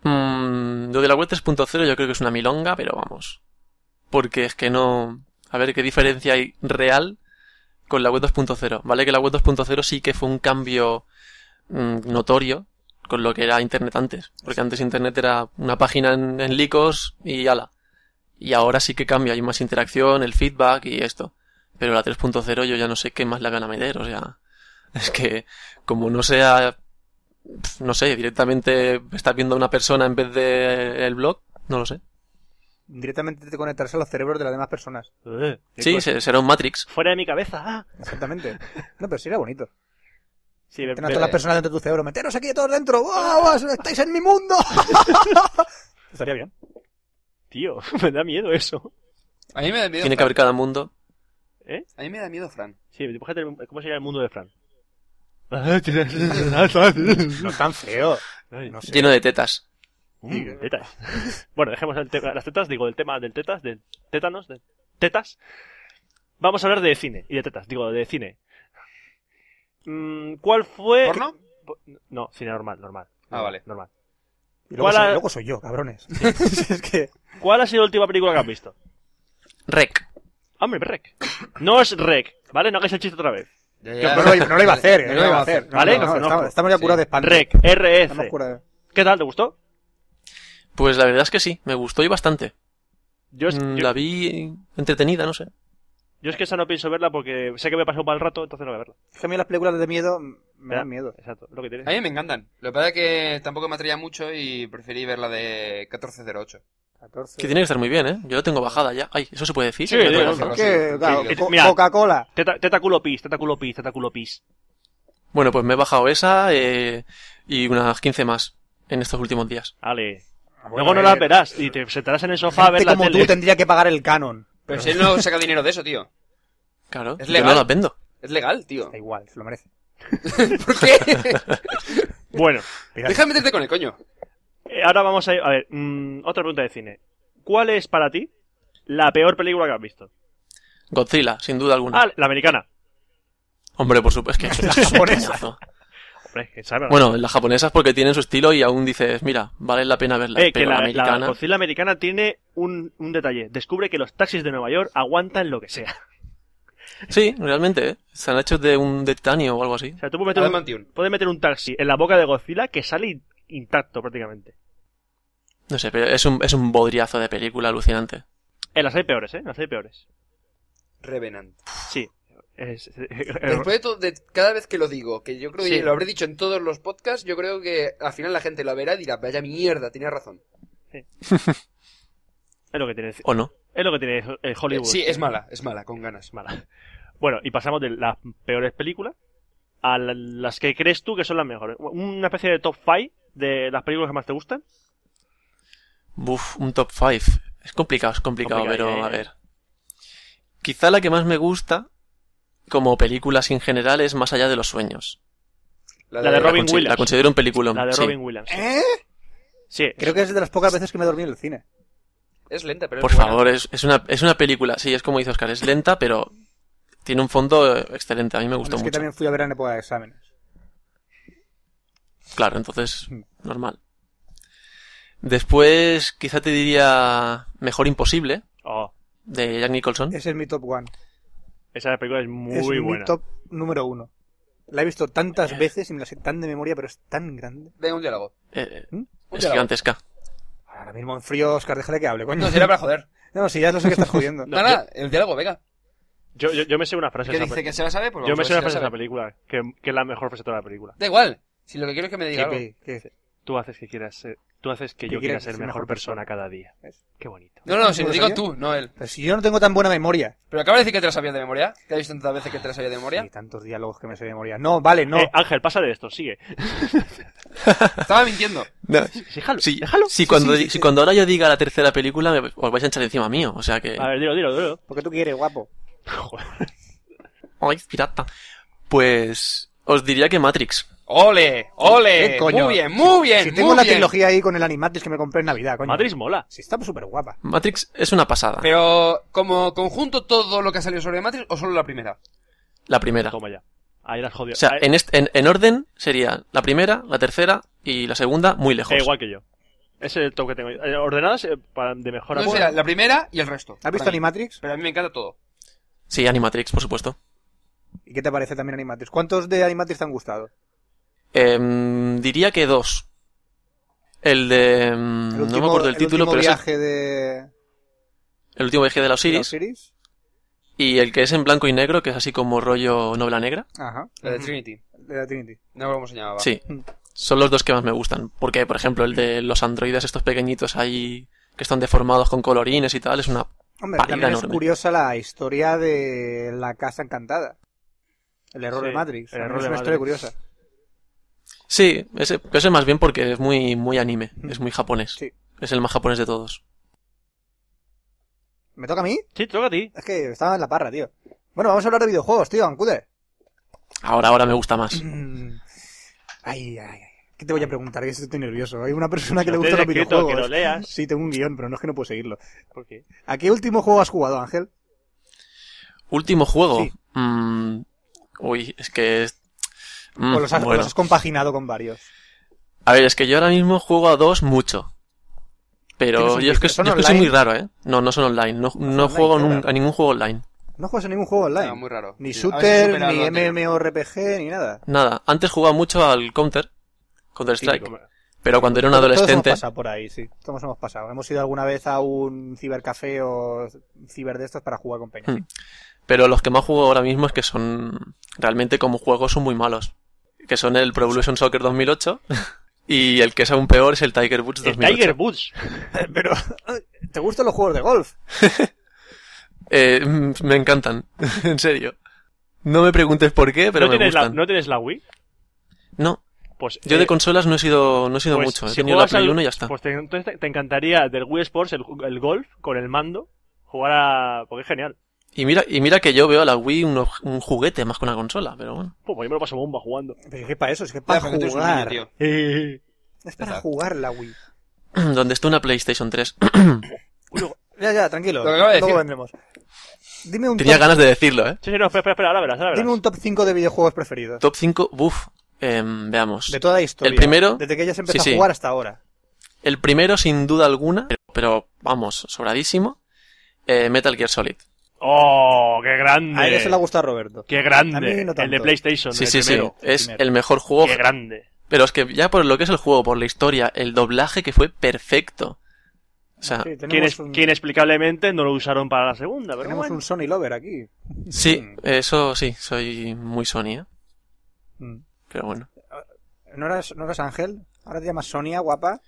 Speaker 5: Mm, lo de la web 3.0 yo creo que es una milonga, pero vamos. Porque es que no... A ver qué diferencia hay real con la web 2.0. Vale que la web 2.0 sí que fue un cambio mm, notorio con lo que era Internet antes. Porque antes Internet era una página en, en licos y ala. Y ahora sí que cambia, hay más interacción, el feedback y esto. Pero la 3.0 yo ya no sé qué más la gana meter, o sea... Es que como no sea pf, no sé, directamente estás viendo a una persona en vez de eh, el blog, no lo sé.
Speaker 3: Directamente te conectarás a los cerebros de las demás personas.
Speaker 2: Eh,
Speaker 5: Sí, se- será un Matrix.
Speaker 2: Fuera de mi cabeza. ah.
Speaker 3: Exactamente. No, pero sería bonito.
Speaker 2: Sí, ver-
Speaker 3: Tener a
Speaker 2: ver-
Speaker 3: todas las personas dentro de tu cerebro. Meteros aquí todos dentro. ¡Wow! ¡Estáis en mi mundo! Estaría bien.
Speaker 2: Tío, me da miedo eso.
Speaker 4: A mí me da miedo.
Speaker 5: Tiene que
Speaker 4: Fran.
Speaker 5: haber cada mundo.
Speaker 4: A mí me da miedo, Fran.
Speaker 2: Sí, dibújate el- ¿cómo sería el mundo de Fran?
Speaker 3: No es tan feo. No sé.
Speaker 5: Lleno de tetas.
Speaker 4: Uh.
Speaker 2: Mm, tetas. Bueno, dejemos el tema- las tetas, digo, el tema del tetas, del tétanos, de tetas. Vamos a hablar de cine y de tetas, digo, de cine. Mm, ¿Cuál fue?
Speaker 4: ¿Porno?
Speaker 2: No, cine normal, normal.
Speaker 4: Ah, vale.
Speaker 2: Normal.
Speaker 3: Y luego,
Speaker 2: ¿Cuál
Speaker 3: soy,
Speaker 2: ha-
Speaker 3: luego soy yo, cabrones. es que...
Speaker 2: ¿Cuál ha sido la última película que has visto?
Speaker 5: Rec.
Speaker 2: Hombre, Rec. No es Rec, ¿vale? No hagáis el chiste otra vez. ya.
Speaker 3: No, lo, no lo iba a hacer.
Speaker 4: No
Speaker 3: No lo iba a hacer. No,
Speaker 2: Vale,
Speaker 3: no,
Speaker 2: lo
Speaker 3: no,
Speaker 2: conozco.
Speaker 3: estamos, estamos ya curados de espanto.
Speaker 2: Rec,
Speaker 3: Estamos
Speaker 2: RF.
Speaker 3: curados.
Speaker 2: ¿Qué tal? ¿Te gustó?
Speaker 5: Pues la verdad es que sí, me gustó y bastante.
Speaker 2: Yo es,
Speaker 5: Mm,
Speaker 2: yo-
Speaker 5: La vi entretenida, no sé.
Speaker 2: yo es que esa no pienso verla porque sé que me pasó un mal rato, entonces no voy a verla.
Speaker 3: Es que a mí las películas de miedo me
Speaker 2: Ya.
Speaker 3: dan miedo.
Speaker 2: Exacto, lo que tienes.
Speaker 4: A mí me encantan. Lo que pasa es que tampoco me atraía mucho y preferí ver la de 1408.
Speaker 3: 14.
Speaker 5: Que tiene que estar muy bien, ¿eh? Yo la tengo bajada ya. Ay, ¿eso se puede decir?
Speaker 2: Sí,
Speaker 5: No
Speaker 2: sí,
Speaker 5: puedo
Speaker 2: sí.
Speaker 5: hacerlo.
Speaker 3: Es que,
Speaker 4: Sí,
Speaker 3: claro,
Speaker 4: sí.
Speaker 3: co-
Speaker 2: Mira.
Speaker 3: Coca-Cola.
Speaker 2: Teta, teta culo pis, teta culo pis, teta culo pis.
Speaker 5: Bueno, pues me he bajado esa eh, y unas 15 más en estos últimos días.
Speaker 2: Ale.
Speaker 3: Bueno,
Speaker 2: Luego no
Speaker 3: eh,
Speaker 2: la verás y te sentarás en el sofá a ver
Speaker 3: gente
Speaker 2: la
Speaker 3: como
Speaker 2: tele.
Speaker 3: tú tendría que pagar el canon.
Speaker 4: Pero si él no saca dinero de eso, tío.
Speaker 5: Claro,
Speaker 4: Es
Speaker 5: yo
Speaker 4: legal.
Speaker 5: no las vendo.
Speaker 4: Es legal, tío.
Speaker 3: Da igual, se lo merece.
Speaker 4: ¿Por qué?
Speaker 2: Bueno,
Speaker 4: Deja de meterte con el coño.
Speaker 2: eh, ahora vamos a ir. A ver, mm, otra pregunta de cine. ¿Cuál es para ti la peor película que has visto?
Speaker 5: Godzilla, sin duda alguna.
Speaker 2: Ah, la americana.
Speaker 5: Hombre, por supuesto, es que eso es un
Speaker 3: japonesa.
Speaker 5: coñazo.
Speaker 2: Hombre, que sabe-
Speaker 5: Bueno, las japonesas porque tienen su estilo y aún dices, mira, vale la pena verla.
Speaker 2: Eh, que
Speaker 5: pero la
Speaker 2: la, la
Speaker 5: americana...
Speaker 2: Godzilla americana tiene un, un detalle. Descubre que los taxis de Nueva York aguantan lo que sea.
Speaker 5: Sí, realmente, ¿eh? Están hechos de un de titanio o algo así.
Speaker 2: O sea, tú puedes meter, un,
Speaker 4: Adamantium.
Speaker 2: puedes meter un taxi en la boca de Godzilla que sale in- intacto prácticamente.
Speaker 5: No sé, pero es un, es un bodriazo de película alucinante.
Speaker 2: En las hay peores, ¿eh? En las hay peores.
Speaker 4: Revenant.
Speaker 2: Sí. Es-
Speaker 4: Después de, to- de cada vez que lo digo, que yo creo que
Speaker 2: Eh, Sí.
Speaker 4: lo habré dicho en todos los podcasts, yo creo que al final la gente lo verá y dirá, vaya mierda, tenía razón.
Speaker 2: es lo que tiene,
Speaker 5: ¿O no?
Speaker 2: es lo que tiene eh, Hollywood.
Speaker 4: Eh, sí, es mala, es mala, con ganas.
Speaker 2: es mala. Bueno, y pasamos de las peores películas a la- las que crees tú que son las mejores. Una especie de top 5 de las películas que más te gustan.
Speaker 5: Buf, un top 5. Es complicado, es complicado,
Speaker 2: Complicado,
Speaker 5: pero
Speaker 2: ya, ya,
Speaker 5: a
Speaker 2: ya.
Speaker 5: ver. Quizá la que más me gusta, como película así en general, es Más allá de los sueños.
Speaker 2: La de
Speaker 5: La
Speaker 2: Robin
Speaker 5: consi-
Speaker 2: Williams.
Speaker 5: La considero un película.
Speaker 2: La de
Speaker 5: sí.
Speaker 2: Robin Williams.
Speaker 3: ¿Eh?
Speaker 2: Sí,
Speaker 3: Creo que es de las pocas veces que me dormí en el cine.
Speaker 4: Es lenta, pero es
Speaker 5: Por
Speaker 4: buena.
Speaker 5: favor, es, es una, es una película, sí, es como dice Oscar, es lenta, pero tiene un fondo eh, excelente. A mí me
Speaker 3: Bueno,
Speaker 5: gustó
Speaker 3: es que
Speaker 5: mucho.
Speaker 3: también fui a ver en época de exámenes.
Speaker 5: Claro, entonces, normal. Después, quizá te diría Mejor Imposible,
Speaker 2: Oh,
Speaker 5: de Jack
Speaker 4: ¿Mm?
Speaker 5: Nicholson.
Speaker 3: Ese es mi top one.
Speaker 2: esa película es
Speaker 3: es
Speaker 2: muy
Speaker 3: mi
Speaker 2: buena.
Speaker 3: top número uno. La he visto tantas veces y me la sé tan de memoria, pero es tan grande.
Speaker 4: Venga, un diálogo.
Speaker 5: Eh,
Speaker 3: ¿Mm?
Speaker 5: es gigantesca.
Speaker 3: Ahora mismo en frío, Oscar, déjale que hable, coño.
Speaker 4: No, será para joder.
Speaker 3: No, si ya lo sé que estás jodiendo.
Speaker 2: No,
Speaker 4: No, nada, el diálogo, venga.
Speaker 2: Yo, yo, yo me sé una frase.
Speaker 4: ¿Qué
Speaker 2: de esa
Speaker 4: dice
Speaker 2: pe-
Speaker 4: que se la sabe? Pues
Speaker 2: Yo
Speaker 4: vamos
Speaker 2: me
Speaker 4: a
Speaker 2: sé una
Speaker 4: ver si
Speaker 2: frase de
Speaker 4: la
Speaker 2: la
Speaker 4: sabe.
Speaker 2: película, que, que es la mejor frase de toda la película.
Speaker 4: Da igual. Si lo que quiero es que me diga algo.
Speaker 3: ¿Qué- qué- qué-
Speaker 2: Tú haces que quieras ser- tú haces que
Speaker 3: Que
Speaker 2: yo quiera
Speaker 3: quieras
Speaker 2: ser mejor, persona, cada día.
Speaker 3: ¿Ves?
Speaker 2: Qué bonito.
Speaker 4: No, no, si lo
Speaker 3: ¿Lo
Speaker 4: digo
Speaker 3: sabía?
Speaker 4: tú, no él.
Speaker 3: Pero si yo no tengo tan buena memoria.
Speaker 4: Pero acaba de decir que te la sabías de memoria. Te has visto tantas veces que te la sabías de memoria.
Speaker 3: Y tantos diálogos que me sé de memoria. No, vale, no.
Speaker 2: Eh, Ángel, pasa de esto, sigue.
Speaker 4: Estaba mintiendo.
Speaker 2: Déjalo,
Speaker 5: Sí,
Speaker 2: déjalo.
Speaker 5: si, cuando,
Speaker 3: sí, sí,
Speaker 5: si
Speaker 3: sí.
Speaker 5: cuando ahora yo diga la tercera película, me- os vais a echar encima mío. O sea que.
Speaker 2: A ver, dilo, dilo, dilo.
Speaker 3: Porque tú quieres, guapo.
Speaker 2: Joder.
Speaker 5: ¡Ay, pirata! Pues. Os diría que Matrix.
Speaker 4: ¡Ole! ¡Ole!
Speaker 3: ¿Qué coño?
Speaker 4: Muy bien, muy bien.
Speaker 3: si tengo
Speaker 4: muy
Speaker 3: la
Speaker 4: bien.
Speaker 3: trilogía ahí con el Animatrix que me compré en Navidad, coño.
Speaker 2: Matrix mola.
Speaker 3: Si está súper guapa.
Speaker 5: Matrix es una pasada.
Speaker 4: Pero, ¿como conjunto todo lo que ha salido sobre Matrix o solo la primera?
Speaker 5: La primera.
Speaker 2: Toma ya. Ahí las jodido.
Speaker 5: O sea,
Speaker 2: Ahí-
Speaker 5: en, este- en, en orden sería la primera, la tercera y la segunda muy lejos.
Speaker 2: eh, igual que yo. Ese es el top que tengo. yo. Eh, ordenadas eh, para- de mejor a
Speaker 4: No
Speaker 2: peor.
Speaker 4: será la primera y el resto.
Speaker 3: ¿Has visto
Speaker 4: Para mí.
Speaker 3: Animatrix?
Speaker 4: Pero a mí me encanta todo.
Speaker 5: Sí, Animatrix, por supuesto.
Speaker 3: ¿Y qué te parece también Animatrix? ¿Cuántos de Animatrix te han gustado?
Speaker 5: Em, diría que dos. El de... em,
Speaker 3: El
Speaker 5: no me acuerdo el, título,
Speaker 3: último
Speaker 5: pero es el-
Speaker 3: viaje de...
Speaker 5: el último viaje de la
Speaker 3: de
Speaker 5: Osiris.
Speaker 3: Osiris.
Speaker 5: Y el que es en blanco y negro, que es así como rollo novela negra.
Speaker 3: Ajá.
Speaker 4: La de
Speaker 3: Ujú.
Speaker 4: Trinity.
Speaker 3: De la Trinity.
Speaker 4: No me acuerdo cómo se llamaba.
Speaker 5: Sí.
Speaker 3: Mm.
Speaker 5: Son los dos que más me gustan. Porque, por ejemplo, el de los androides estos pequeñitos ahí que están deformados con colorines y tal, es una...
Speaker 3: Hombre,
Speaker 5: Pálida
Speaker 3: también es
Speaker 5: enorme.
Speaker 3: curiosa la historia de la casa encantada. El error
Speaker 2: Sí,
Speaker 3: de Matrix.
Speaker 2: el
Speaker 3: También
Speaker 2: error
Speaker 3: es
Speaker 2: de
Speaker 3: una historia
Speaker 2: Matrix.
Speaker 3: curiosa.
Speaker 5: Sí, ese, pero ese más bien porque es muy, muy anime,
Speaker 3: Mm.
Speaker 5: es muy japonés.
Speaker 3: Sí.
Speaker 5: Es el más japonés de todos.
Speaker 3: ¿Me toca a mí?
Speaker 2: Sí, toca a ti.
Speaker 3: Es que estaba en la parra, tío. Bueno, vamos a hablar de videojuegos, tío, Ancude.
Speaker 5: Ahora, ahora me gusta más.
Speaker 3: Mm. Ay, ay, ay. ¿Qué te voy a preguntar? Que estoy nervioso. Hay una persona que
Speaker 2: Lo
Speaker 3: le gustan los
Speaker 2: tienes escrito, que
Speaker 3: videojuegos.
Speaker 2: lo leas.
Speaker 3: Sí, tengo un guión, pero no es que no puedo seguirlo.
Speaker 2: ¿Por qué?
Speaker 3: ¿A qué último juego has jugado, Ángel?
Speaker 5: Último juego.
Speaker 3: Sí.
Speaker 5: Mm, uy, es que... es- Mm,
Speaker 3: ¿O Pues los has, o
Speaker 5: bueno.
Speaker 3: los has compaginado con varios?
Speaker 5: A ver, es que yo ahora mismo juego a dos mucho.
Speaker 3: Tienes
Speaker 5: Pero
Speaker 3: un
Speaker 5: yo es que,
Speaker 3: chiste, ¿son
Speaker 5: yo es que soy
Speaker 3: online?
Speaker 5: muy raro, ¿eh? No, no son online. No,
Speaker 2: Pues
Speaker 5: no
Speaker 3: online,
Speaker 5: juego
Speaker 3: qué
Speaker 5: nun-
Speaker 3: raro.
Speaker 5: a ningún juego online.
Speaker 3: No juegas a ningún juego online.
Speaker 4: No, muy raro.
Speaker 3: Ni
Speaker 4: Sí, a ver si
Speaker 3: shooter,
Speaker 4: supera lo
Speaker 3: ni
Speaker 4: anterior.
Speaker 3: MMORPG, ni nada.
Speaker 5: Nada. Antes jugaba mucho al Counter. Counter Strike.
Speaker 2: Típico.
Speaker 5: pero cuando era un
Speaker 3: Todos hemos
Speaker 5: adolescente...
Speaker 3: pasado por ahí, sí. Todos hemos pasado. Hemos ido alguna vez a un cibercafé o ciber de estos para jugar con peña.
Speaker 5: Hmm. Pero los que más juego ahora mismo es que son... Realmente como juegos son muy malos. Que son el Pro Evolution Soccer 2008. Y el que es aún peor es el Tiger Woods
Speaker 2: El
Speaker 5: 2008.
Speaker 2: Eh, Tiger Woods.
Speaker 3: Pero,
Speaker 5: Hmm.
Speaker 3: ¿te gustan los juegos de golf?
Speaker 5: Eh, mm, me encantan. en serio. No me preguntes por qué, pero
Speaker 2: ¿No,
Speaker 5: me
Speaker 2: tienes la,
Speaker 5: gustan.
Speaker 2: ¿No tienes la Wii?
Speaker 5: No,
Speaker 2: Pues,
Speaker 5: Yo
Speaker 2: eh,
Speaker 5: de consolas no he sido, no he sido
Speaker 2: pues
Speaker 5: mucho. He
Speaker 2: si
Speaker 5: tenido la
Speaker 2: juegas
Speaker 5: Play
Speaker 2: al-
Speaker 5: 1 y ya está.
Speaker 2: Pues te, entonces te, te encantaría del Wii Sports el, el golf con el mando. Jugar a. Porque es genial.
Speaker 5: Y mira, y mira que yo veo a la Wii un, ob- un juguete más que una consola, pero bueno.
Speaker 2: Pues yo me lo paso bomba jugando.
Speaker 3: Pero es que es para eso, es que es
Speaker 4: Ya,
Speaker 3: para
Speaker 4: porque tú eres un
Speaker 3: jugar.
Speaker 4: niño, tío.
Speaker 2: Eh,
Speaker 3: es para
Speaker 4: Exacto.
Speaker 3: jugar la Wii.
Speaker 5: Donde está una PlayStation 3.
Speaker 3: Ya, ya, tranquilo.
Speaker 4: Lo que acaba de
Speaker 3: Luego
Speaker 4: decir.
Speaker 3: vendremos. Dime un,
Speaker 5: Tenía
Speaker 3: top,
Speaker 5: ganas de decirlo, ¿eh?
Speaker 2: Sí, sí, no, espera, espera, espera, ahora verás, ahora verás.
Speaker 3: dime un top 5 de videojuegos preferidos.
Speaker 5: Top 5, buf. em, veamos.
Speaker 3: De toda la historia.
Speaker 5: El primero-
Speaker 3: Desde que ella se empezó
Speaker 5: sí, sí.
Speaker 3: a jugar hasta ahora.
Speaker 5: El primero, sin duda alguna, pero, pero, vamos, sobradísimo. eh, Metal Gear Solid.
Speaker 2: ¡Oh, qué
Speaker 3: A ella
Speaker 2: grande!
Speaker 3: se le ha gustado a Roberto.
Speaker 2: ¡Qué grande!
Speaker 3: A mí no tanto.
Speaker 2: el de PlayStation.
Speaker 5: Sí,
Speaker 2: el
Speaker 5: sí, sí.
Speaker 2: primero.
Speaker 5: Es
Speaker 3: primero.
Speaker 5: el mejor juego.
Speaker 2: ¡Qué grande!
Speaker 5: Pero es que ya por lo que es el juego, por la historia, el doblaje que fue perfecto. O sea,
Speaker 3: Sí, tenemos
Speaker 2: Que, ines-
Speaker 3: un,
Speaker 2: que inexplicablemente no lo usaron para la segunda, pero
Speaker 3: tenemos
Speaker 2: bueno.
Speaker 3: un Sony Lover aquí.
Speaker 5: sí, eso sí, soy muy Sonia,
Speaker 3: Mm.
Speaker 5: pero bueno.
Speaker 3: ¿No eras, ¿No eras Ángel? Ahora te llamas Sonia, guapa.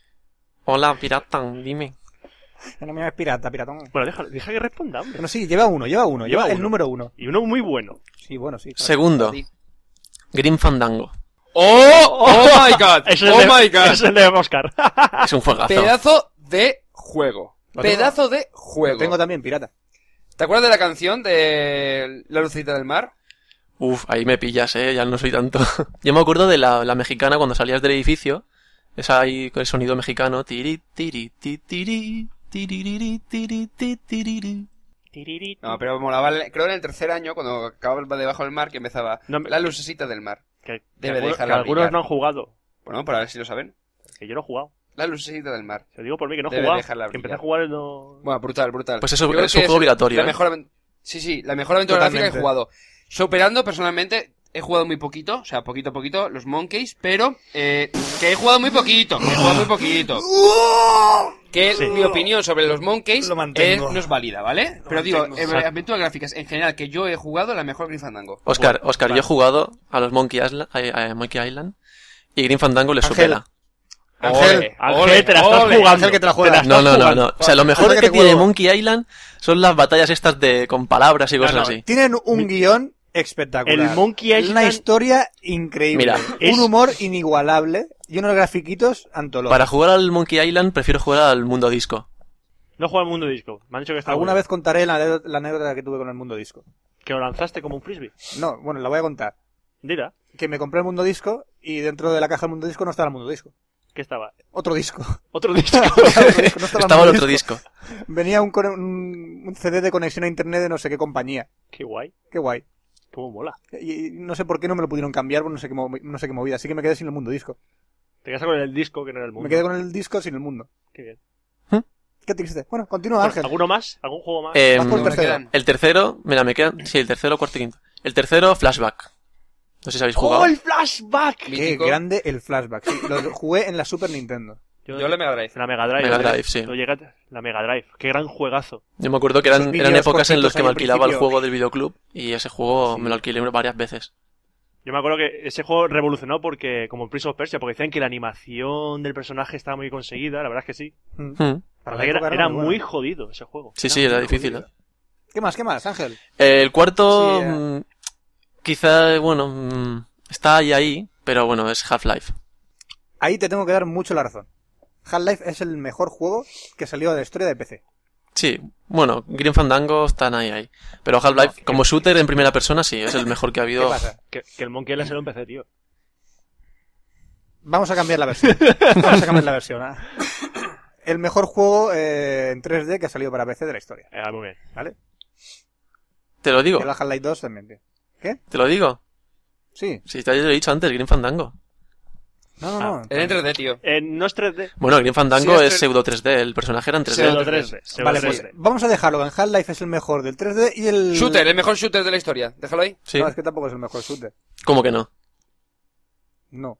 Speaker 5: Hola, pirata, dime.
Speaker 3: Ya No me llames pirata, piratón.
Speaker 2: Bueno, déjalo, deja que responda, hombre.
Speaker 3: Bueno, sí, lleva uno, lleva uno,
Speaker 2: Lleva
Speaker 3: lleva, el
Speaker 2: uno.
Speaker 3: número uno.
Speaker 2: Y uno muy bueno.
Speaker 3: Sí, bueno, sí. claro.
Speaker 5: Segundo, Green Fandango.
Speaker 4: ¡Oh! ¡Oh my god!
Speaker 2: Ese
Speaker 4: ¡Oh
Speaker 2: es el de-
Speaker 4: my god!
Speaker 2: ese es el de Oscar.
Speaker 5: Es un juegazo.
Speaker 4: Pedazo de juego.
Speaker 3: Lo tengo-
Speaker 4: Pedazo de
Speaker 3: Lo tengo
Speaker 4: juego.
Speaker 3: también pirata.
Speaker 4: ¿Te acuerdas de la canción de La Lucita del Mar?
Speaker 5: Uf, ahí me pillas, eh, ya no soy tanto. Yo me acuerdo de la, la mexicana cuando salías del edificio. Esa ahí con el sonido mexicano. Tiri, tiri, ti, tiri, tiririri, tiri, ti, tiriri.
Speaker 2: Mm.
Speaker 4: No, pero molaba, el- creo en el tercer año, cuando acababa debajo del mar, que empezaba
Speaker 2: No, me-
Speaker 4: La Lucecita del Mar.
Speaker 2: Que, que
Speaker 4: Debe
Speaker 2: algunos,
Speaker 4: dejarla
Speaker 2: que algunos
Speaker 4: brillar.
Speaker 2: no han jugado.
Speaker 4: Bueno, para ver si lo saben.
Speaker 2: Que yo no he jugado.
Speaker 4: La lucecita del mar.
Speaker 2: Se lo digo por mí que no
Speaker 4: Debe
Speaker 2: jugaba.
Speaker 4: dejarla
Speaker 2: Que empecé
Speaker 4: brillar.
Speaker 2: a jugar no.
Speaker 4: Bueno, brutal, brutal.
Speaker 5: Pues eso
Speaker 4: Yo creo
Speaker 5: es
Speaker 4: que
Speaker 5: un juego obligatorio.
Speaker 4: La
Speaker 5: ¿eh?
Speaker 4: mejor aven- sí, sí, la mejor aventura gráfica que
Speaker 3: Totalmente.
Speaker 4: he jugado. Soperando, personalmente, he jugado muy poquito, o sea, poquito a poquito, los Monkeys, pero eh, que he jugado muy poquito, que he jugado muy poquito. Que
Speaker 2: Sí.
Speaker 4: mi opinión sobre los Monkeys
Speaker 3: Lo mantengo.
Speaker 4: es- no es válida, ¿vale?
Speaker 3: Lo
Speaker 4: pero digo,
Speaker 3: mantengo.
Speaker 4: eh, aventuras gráficas en general que yo he jugado, la mejor Green Fandango.
Speaker 5: Oscar,
Speaker 2: Bueno,
Speaker 5: Oscar,
Speaker 2: vale.
Speaker 5: yo he jugado a los Monkey Island, a, a Monkey Island y Green Fandango le
Speaker 3: Ángel.
Speaker 5: supera.
Speaker 4: Ángel,
Speaker 2: Ángel, Ángel, te la
Speaker 4: ole,
Speaker 2: estás
Speaker 4: ole,
Speaker 2: jugando.
Speaker 3: Ángel, que te la juegas.
Speaker 5: No, no, no, no. O sea, lo mejor
Speaker 3: Ángel,
Speaker 5: que
Speaker 3: te
Speaker 5: tiene
Speaker 3: juego.
Speaker 5: Monkey Island son las batallas estas de con palabras y cosas
Speaker 2: no,
Speaker 5: así.
Speaker 3: Tienen un
Speaker 2: Mi-
Speaker 3: guión espectacular.
Speaker 2: El Monkey
Speaker 3: Una
Speaker 2: Island.
Speaker 3: historia increíble.
Speaker 5: Mira,
Speaker 3: un
Speaker 2: es-
Speaker 3: humor inigualable y unos grafiquitos antológicos.
Speaker 5: Para jugar al Monkey Island prefiero jugar al Mundo Disco.
Speaker 2: No juega al mundo disco. Me han dicho que está
Speaker 3: Alguna
Speaker 2: bueno.
Speaker 3: vez contaré la, anécdota- la anécdota que tuve con el mundo disco.
Speaker 2: Que lo lanzaste como un frisbee.
Speaker 3: No, bueno, la voy a contar.
Speaker 2: Dila,
Speaker 3: Que me compré el mundo disco y dentro de la caja del mundo disco no estaba el mundo disco.
Speaker 2: que estaba.
Speaker 3: Otro disco.
Speaker 2: Otro disco.
Speaker 3: No estaba el Mundo Disco, no estaba el
Speaker 5: Estaba el
Speaker 3: Mundo
Speaker 5: otro disco.
Speaker 3: Venía un, cone- un- un CD de conexión a internet de no sé qué compañía.
Speaker 2: Qué guay.
Speaker 3: Qué guay.
Speaker 2: Cómo mola.
Speaker 3: Y, y no sé por qué no me lo pudieron cambiar, por no sé qué, movi- no sé qué movida. Así que me quedé sin el mundo disco.
Speaker 2: Te quedas con el disco que no era el mundo.
Speaker 3: Me quedé con el disco sin el mundo.
Speaker 2: Qué bien.
Speaker 3: Qué triste. Bueno, continúa,
Speaker 2: Bueno,
Speaker 3: Ángel.
Speaker 2: ¿Alguno más? Pues, ¿Algún juego más?
Speaker 5: Eh,
Speaker 3: Vas por
Speaker 4: Me
Speaker 3: tercero.
Speaker 4: quedan.
Speaker 5: el tercero, mira, me quedan. Sí, el tercero, cuarto y quinto. El tercero, Flashback. No sé si habéis jugado.
Speaker 2: ¡Oh, el flashback!
Speaker 3: Qué
Speaker 4: Mítico.
Speaker 3: grande el flashback. Sí, lo jugué en la Super Nintendo.
Speaker 4: Yo le me agradezco.
Speaker 2: La Mega Drive.
Speaker 5: Mega
Speaker 2: lo llegué-
Speaker 5: Drive, sí.
Speaker 2: lo llegué- La Mega Drive. Qué gran juegazo.
Speaker 5: Yo me acuerdo que
Speaker 3: Esos
Speaker 5: eran,
Speaker 3: vídeos
Speaker 5: eran épocas en las
Speaker 3: cortitos
Speaker 5: que
Speaker 3: ahí
Speaker 5: me
Speaker 3: al
Speaker 5: alquilaba el
Speaker 3: principio.
Speaker 5: juego del videoclub y ese juego
Speaker 3: Sí.
Speaker 5: me lo alquilé varias veces.
Speaker 2: Yo me acuerdo que ese juego revolucionó porque, como el Prince of Persia, porque decían que la animación del personaje estaba muy conseguida, la verdad es que sí.
Speaker 3: Mm.
Speaker 5: Hmm.
Speaker 2: La
Speaker 3: Para
Speaker 2: verdad
Speaker 3: la
Speaker 2: que era,
Speaker 3: época
Speaker 2: era
Speaker 3: muy
Speaker 2: muy,
Speaker 3: bueno.
Speaker 2: jodido ese juego.
Speaker 5: Sí, sí, era difícil. ¿eh?
Speaker 3: ¿Qué más, qué más, Ángel?
Speaker 5: El cuarto,
Speaker 3: Sí, eh.
Speaker 5: mm, quizá, bueno, mm, está ahí, ahí, pero bueno, es Half-Life.
Speaker 3: Ahí te tengo que dar mucho la razón. Half-Life es el mejor juego que salió de la historia de PC.
Speaker 5: Sí, bueno, Green Fandango están ahí, ahí. Pero Half-Life, como shooter en primera persona, sí, es el mejor que ha
Speaker 3: ¿Qué
Speaker 5: habido.
Speaker 3: pasa?
Speaker 2: Que, que el Monkey Island se lo empecé, tío.
Speaker 3: Vamos a cambiar la versión. Vamos a cambiar la versión. ah. El mejor juego eh, en 3D que ha salido para PC de la historia.
Speaker 2: Eh, muy bien.
Speaker 3: ¿Vale?
Speaker 5: Te lo digo,
Speaker 3: Y el Half-Life 2 también, tío.
Speaker 5: te lo digo.
Speaker 3: Sí.
Speaker 5: Si te lo he dicho antes, Green Fandango.
Speaker 3: No,
Speaker 2: Ah,
Speaker 3: no, no.
Speaker 4: El E entrete, tío.
Speaker 2: Eh, no es 3D.
Speaker 5: Bueno, Green Fandango
Speaker 4: Sí,
Speaker 5: es
Speaker 4: este-
Speaker 5: pseudo 3D, el personaje era en 3D.
Speaker 4: Pseudo-
Speaker 2: Pseudo 3D. pseudo
Speaker 3: Vale, pues
Speaker 2: 3D.
Speaker 3: vamos a dejarlo. En Half-Life es el mejor del 3D y el...
Speaker 4: Shooter, ¿eh? el mejor shooter de la historia. Déjalo ahí.
Speaker 5: Sí,
Speaker 3: No, es que tampoco es el mejor shooter.
Speaker 5: ¿cómo que no?
Speaker 3: No.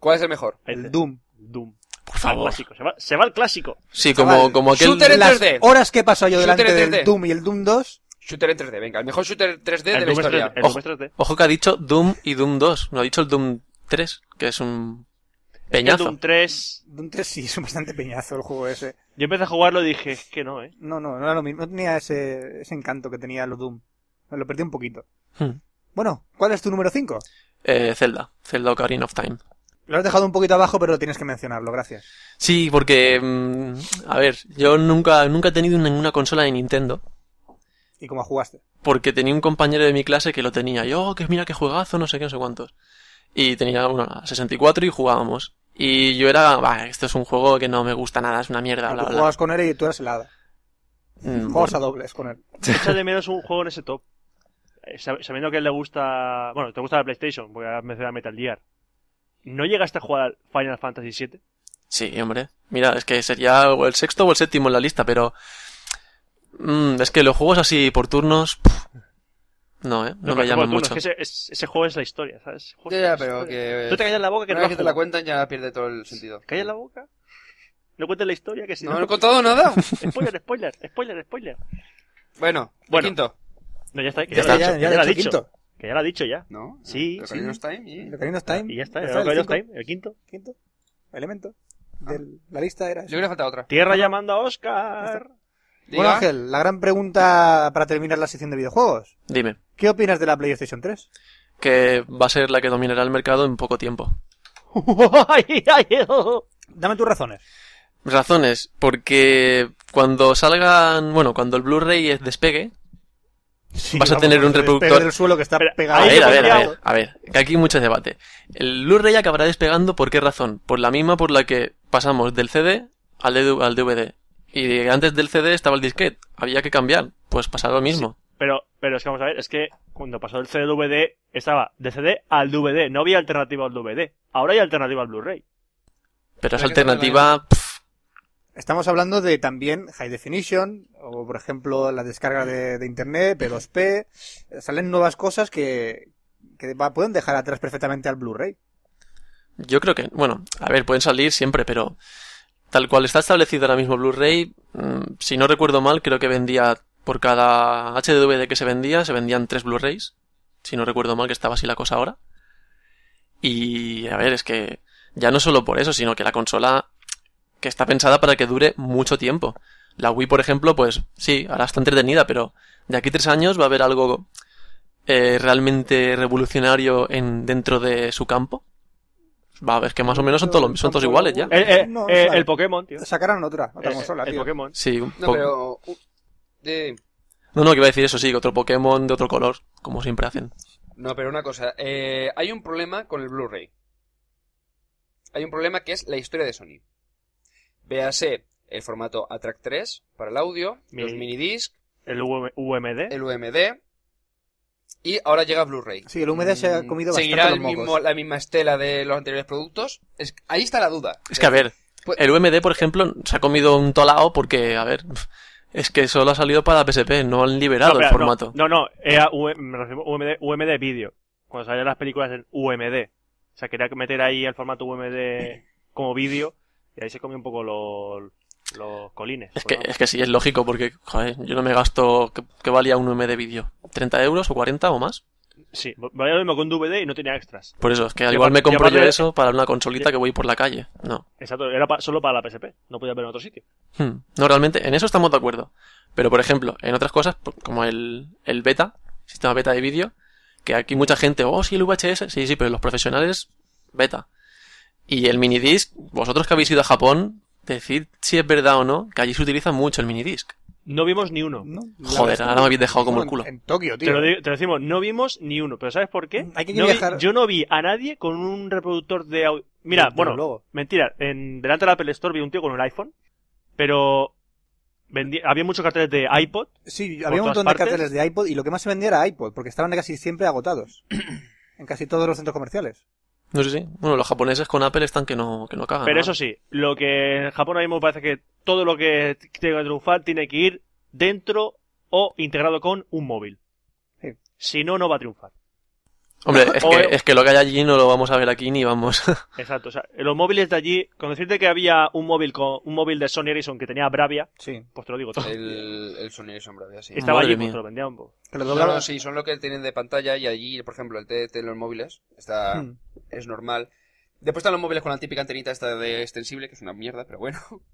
Speaker 4: ¿Cuál es el mejor?
Speaker 2: Ahí está.
Speaker 3: El Doom.
Speaker 2: Doom.
Speaker 5: Por
Speaker 2: Al
Speaker 5: favor.
Speaker 2: clásico. Se va, se va al clásico.
Speaker 5: Sí, como,
Speaker 3: Chaval,
Speaker 5: como aquel...
Speaker 4: shooter en
Speaker 3: Las
Speaker 4: 3D.
Speaker 3: horas que he pasado yo
Speaker 4: Shooter
Speaker 3: delante
Speaker 4: en
Speaker 3: del
Speaker 4: 3D.
Speaker 3: Doom y el Doom 2...
Speaker 4: Shooter en 3D, venga, el mejor shooter 3D de
Speaker 2: El
Speaker 4: la
Speaker 2: Doom es 3D.
Speaker 4: historia.
Speaker 2: El
Speaker 5: Ojo.
Speaker 2: Doom es 3D.
Speaker 5: Ojo que ha dicho Doom y Doom 2. No ha dicho el Doom 3, que es un
Speaker 2: El
Speaker 5: peñazo.
Speaker 2: Doom 3.
Speaker 3: Doom 3 sí, es bastante peñazo el juego ese.
Speaker 2: Yo empecé a jugarlo y dije, es que no, ¿eh?
Speaker 3: No, no, no era lo mismo. No tenía ese, ese encanto que tenía los Doom. Me lo perdí un poquito.
Speaker 5: Hmm.
Speaker 3: Bueno, ¿cuál es tu número 5?
Speaker 5: Eh, Zelda, Zelda Ocarina of Time.
Speaker 3: Lo has dejado un poquito abajo, pero tienes que mencionarlo, gracias.
Speaker 5: Sí, porque, mm, a ver, yo nunca, nunca he tenido ninguna consola de Nintendo,
Speaker 3: ¿Y cómo jugaste?
Speaker 5: porque tenía un compañero de mi clase que lo tenía, yo, que mira qué juegazo, no sé qué, no sé cuántos. Y tenía una 64 y jugábamos. Y yo era, bah, esto es un juego que no me gusta nada, es una mierda,
Speaker 3: Tú
Speaker 5: bla, bla, bla.
Speaker 3: jugabas con él y tú eras el hada.
Speaker 5: Mm,
Speaker 3: Jugabas
Speaker 5: bueno.
Speaker 3: a dobles con él.
Speaker 2: Echa de menos un juego en ese top. Eh, sab- Sabiendo que a él le gusta. Bueno, te gusta la PlayStation, porque has mencionado Metal Gear. ¿No llegaste a jugar al Final Fantasy VII?
Speaker 5: Sí, hombre. Mira, es que sería o el sexto o el séptimo en la lista, pero... mm, es que los juegos así por turnos... pff, no, ¿eh? No
Speaker 2: pero
Speaker 5: me
Speaker 2: es
Speaker 5: llaman
Speaker 2: como tú,
Speaker 5: mucho.
Speaker 2: Es que ese, es- ese juego es la historia, ¿sabes? Juego
Speaker 4: Ya,
Speaker 2: es
Speaker 4: ya,
Speaker 2: la
Speaker 4: pero
Speaker 2: historia.
Speaker 4: que.
Speaker 2: Tú te callas la boca que
Speaker 4: Una
Speaker 2: no
Speaker 4: vez
Speaker 2: has
Speaker 4: que te la
Speaker 2: jugado.
Speaker 4: cuentan ya pierde todo el sentido.
Speaker 2: Callas la boca. No cuentes la historia, que si
Speaker 4: No,
Speaker 2: no.
Speaker 4: no he contado nada.
Speaker 2: Spoiler, spoiler, spoiler, spoiler.
Speaker 4: Bueno, el
Speaker 2: Bueno.
Speaker 4: quinto.
Speaker 2: No, ya está, que
Speaker 5: Ya
Speaker 2: ya,
Speaker 5: está,
Speaker 2: lo ha dicho, que ya
Speaker 3: de
Speaker 2: lo ha
Speaker 3: hecho,
Speaker 2: dicho.
Speaker 3: quinto.
Speaker 2: Que ya lo ha dicho ya.
Speaker 4: ¿No?
Speaker 2: Sí,
Speaker 4: El
Speaker 2: sí.
Speaker 4: Ocarina of Time y-
Speaker 3: El Ocarina of Time.
Speaker 2: Ah, Y ya está,
Speaker 3: Ya
Speaker 2: el
Speaker 3: está, el
Speaker 2: Ocarina of
Speaker 3: cinco.
Speaker 2: Time, Ah. el quinto.
Speaker 3: Quinto elemento de la lista era
Speaker 4: Yo
Speaker 3: eso.
Speaker 4: creo que falta otra.
Speaker 2: Tierra llamando a Oscar.
Speaker 4: Diga.
Speaker 3: Bueno, Ángel, la gran pregunta para terminar la sección de videojuegos.
Speaker 5: Dime,
Speaker 3: ¿Qué opinas de la PlayStation 3?
Speaker 5: que va a ser la que dominará el mercado en poco tiempo.
Speaker 2: Ay, ay, oh.
Speaker 3: Dame tus razones.
Speaker 5: Razones, porque cuando salgan... Bueno, cuando el Blu-ray despegue... Vas a
Speaker 3: vamos,
Speaker 5: tener un
Speaker 3: despegue
Speaker 5: reproductor.
Speaker 3: del suelo que está
Speaker 2: Espera,
Speaker 3: pegado.
Speaker 5: A
Speaker 2: Ahí
Speaker 5: ver,
Speaker 2: te
Speaker 5: a ver, a
Speaker 2: pondría-
Speaker 5: ver, a ver, que aquí hay mucho debate. El Blu-ray acabará despegando por qué razón? Por la misma por la que pasamos del CD al DV al DVD. Y antes del CD estaba el disquete, había que cambiar, pues pasar lo mismo.
Speaker 2: Pero, pero es que vamos a ver, es que cuando pasó el CD-DVD estaba de CD al DVD, no había alternativa al DVD. Ahora hay alternativa al Blu-ray.
Speaker 5: Pero esa
Speaker 4: La que está
Speaker 5: alternativa, pf,
Speaker 3: Estamos hablando de también High Definition, o por ejemplo la descarga de, de Internet, P2P. eh, Salen nuevas cosas que, que va- pueden dejar atrás perfectamente al Blu-ray.
Speaker 5: yo creo que, bueno, a ver, pueden salir siempre, pero tal cual está establecido ahora mismo Blu-ray, mm, si no recuerdo mal, creo que vendía por cada HDVD que se vendía, se vendían tres Blu-rays. Si no recuerdo mal que estaba así la cosa ahora. Y a ver, es que ya no solo por eso, sino que la consola que está pensada para que dure mucho tiempo. La Wii, por ejemplo, pues sí, ahora está entretenida, pero de aquí tres años va a haber algo eh, realmente revolucionario en dentro de su campo. Va a ver que más o menos son todos, los- son todos iguales ya.
Speaker 2: El, el-
Speaker 3: No,
Speaker 2: eh,
Speaker 3: claro.
Speaker 2: el Pokémon, tío.
Speaker 3: Sacaron otra, otra
Speaker 2: Eh,
Speaker 3: consola,
Speaker 2: el
Speaker 3: tío.
Speaker 2: Pokémon.
Speaker 5: Sí, un
Speaker 4: No,
Speaker 5: po-
Speaker 4: pero... uh, eh,
Speaker 5: No, no, que iba a decir eso, sí, otro Pokémon de otro color, como siempre hacen.
Speaker 4: no, pero una cosa. eh, hay un problema con el Blu-ray. Hay un problema que es la historia de Sony. Véase el formato ATRAC 3 para el audio, los
Speaker 2: Mini-
Speaker 4: minidisc,
Speaker 2: El UM- UMD.
Speaker 4: el UMD y ahora llega Blu-ray.
Speaker 3: Sí, el UMD se ha
Speaker 4: Mm,
Speaker 3: comido
Speaker 4: ¿Seguirá
Speaker 3: bastante los
Speaker 4: el mismo-
Speaker 3: mocos.
Speaker 4: la misma estela de los anteriores productos? Es- ahí está la duda.
Speaker 5: Es que a ver,
Speaker 4: Pues-
Speaker 5: el UMD, por ejemplo, se ha comido un tolao porque, a ver, es que solo ha salido para PSP, no han liberado
Speaker 2: espera,
Speaker 5: el formato.
Speaker 2: No, no, era U- me refiero a UMD, UMD vídeo. Cuando salían las películas en UMD. O sea, quería meter ahí el formato UMD como vídeo. Y ahí se comió un poco los, los colines. Pues,
Speaker 5: Es que,
Speaker 2: por
Speaker 5: es que sí, es lógico, porque, joder, yo no me gasto, ¿qué, qué valía un UMD vídeo? ¿30 euros o 40 o más?
Speaker 2: nada. Sí, valía lo mismo con DVD y no tenía extras.
Speaker 5: Por eso, es que al
Speaker 2: Lleva-
Speaker 5: igual me compro yo
Speaker 2: llevarle-
Speaker 5: eso para una consolita que voy por la calle. No.
Speaker 2: Exacto, era pa- solo para la PSP. No podía ver en otro sitio.
Speaker 5: Hmm. No, realmente, en eso estamos de acuerdo. Pero, por ejemplo, en otras cosas, p- como el, el beta, sistema beta de vídeo, que aquí mucha gente, oh, sí, el VHS, sí, sí, pero los profesionales, beta. Y el minidisc, vosotros que habéis ido a Japón, decid si es verdad o no, que allí se utiliza mucho el minidisc.
Speaker 2: No vimos ni uno.
Speaker 3: No, la
Speaker 5: Joder,
Speaker 3: verdad.
Speaker 5: ahora me habéis dejado como el
Speaker 3: En-
Speaker 5: culo.
Speaker 3: En Tokio, tío.
Speaker 2: Te lo, digo- te lo decimos, no vimos ni uno. Pero ¿sabes por qué?
Speaker 3: Hay que
Speaker 2: No vi-
Speaker 3: viajar.
Speaker 2: yo no vi a nadie con un reproductor de audio. Mira,
Speaker 3: Desde
Speaker 2: bueno,
Speaker 3: luego.
Speaker 2: mentira. En, delante de la Apple Store vi un tío con un iPhone, pero vendí- había muchos carteles de iPod.
Speaker 3: Sí,
Speaker 2: por
Speaker 3: había un
Speaker 2: todas
Speaker 3: montón
Speaker 2: partes.
Speaker 3: de carteles de iPod y lo que más se vendía era iPod, porque estaban casi siempre agotados. en casi todos los centros comerciales.
Speaker 5: No sé si. Bueno, los japoneses con Apple están que no, que no cagan.
Speaker 2: Pero
Speaker 5: ¿no?
Speaker 2: eso sí, lo que en Japón a mí me parece que todo lo que t- tiene que triunfar tiene que ir dentro o integrado con un móvil.
Speaker 3: Sí.
Speaker 2: Si no, no va a triunfar.
Speaker 5: Hombre, es
Speaker 2: O-
Speaker 5: que, es que lo que hay allí no lo vamos a ver aquí ni vamos.
Speaker 2: Exacto. O sea, los móviles de allí, con decirte que había un móvil con un móvil de Sony Ericsson que tenía Bravia,
Speaker 3: Sí.
Speaker 2: pues te lo digo todo.
Speaker 4: El, el Sony Ericsson Bravia, sí.
Speaker 2: Estaba
Speaker 5: Madre
Speaker 2: allí,
Speaker 5: mía.
Speaker 2: pues te lo vendían. pues.
Speaker 3: Que lo
Speaker 4: No,
Speaker 3: doblaban.
Speaker 4: no, sí, son lo que tienen de pantalla y allí, por ejemplo, el TDT en los móviles está
Speaker 3: Hmm.
Speaker 4: es normal. Después están los móviles con la típica antenita esta de extensible, que es una mierda, pero bueno.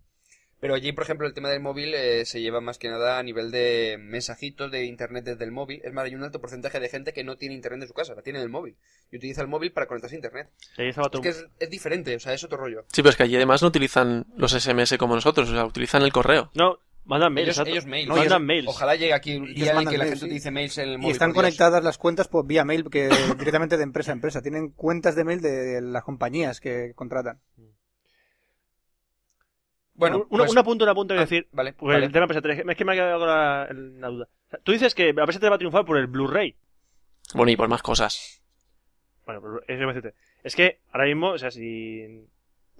Speaker 4: Pero allí, por ejemplo, el tema del móvil eh, se lleva más que nada a nivel de mensajitos de internet desde el móvil. Es más, hay un alto porcentaje de gente que no tiene internet en su casa, la tiene en el móvil. Y utiliza el móvil para conectarse a internet.
Speaker 2: Ahí estaba todo
Speaker 4: Es que es, es diferente, o sea, es otro rollo.
Speaker 5: Sí, pero es que allí además no utilizan los SMS como nosotros, o sea, utilizan el correo.
Speaker 2: No, mandan mail.
Speaker 4: ellos,
Speaker 2: exacto.
Speaker 4: ellos mails.
Speaker 2: No,
Speaker 4: Ellos-
Speaker 2: mandan mails.
Speaker 4: Ojalá llegue aquí un
Speaker 3: Ellos
Speaker 4: día en el
Speaker 3: mandan
Speaker 4: que la
Speaker 3: mails, sí.
Speaker 4: gente utilice mails en el móvil.
Speaker 3: Y están
Speaker 4: por Dios.
Speaker 3: conectadas las cuentas por vía mail, que directamente de empresa a empresa. Tienen cuentas de mail de las compañías que contratan.
Speaker 4: Bueno,
Speaker 2: una,
Speaker 4: pues-
Speaker 2: una punta, una punta que
Speaker 4: ah,
Speaker 2: decir.
Speaker 4: Vale,
Speaker 2: Pues
Speaker 4: vale.
Speaker 2: el tema PS3, es que me ha quedado la, la duda. O sea, tú dices que la PS3 va a triunfar por el Blu-ray.
Speaker 5: Bueno, y por más cosas.
Speaker 2: Bueno, pues es MCT. Es que ahora mismo, o sea, si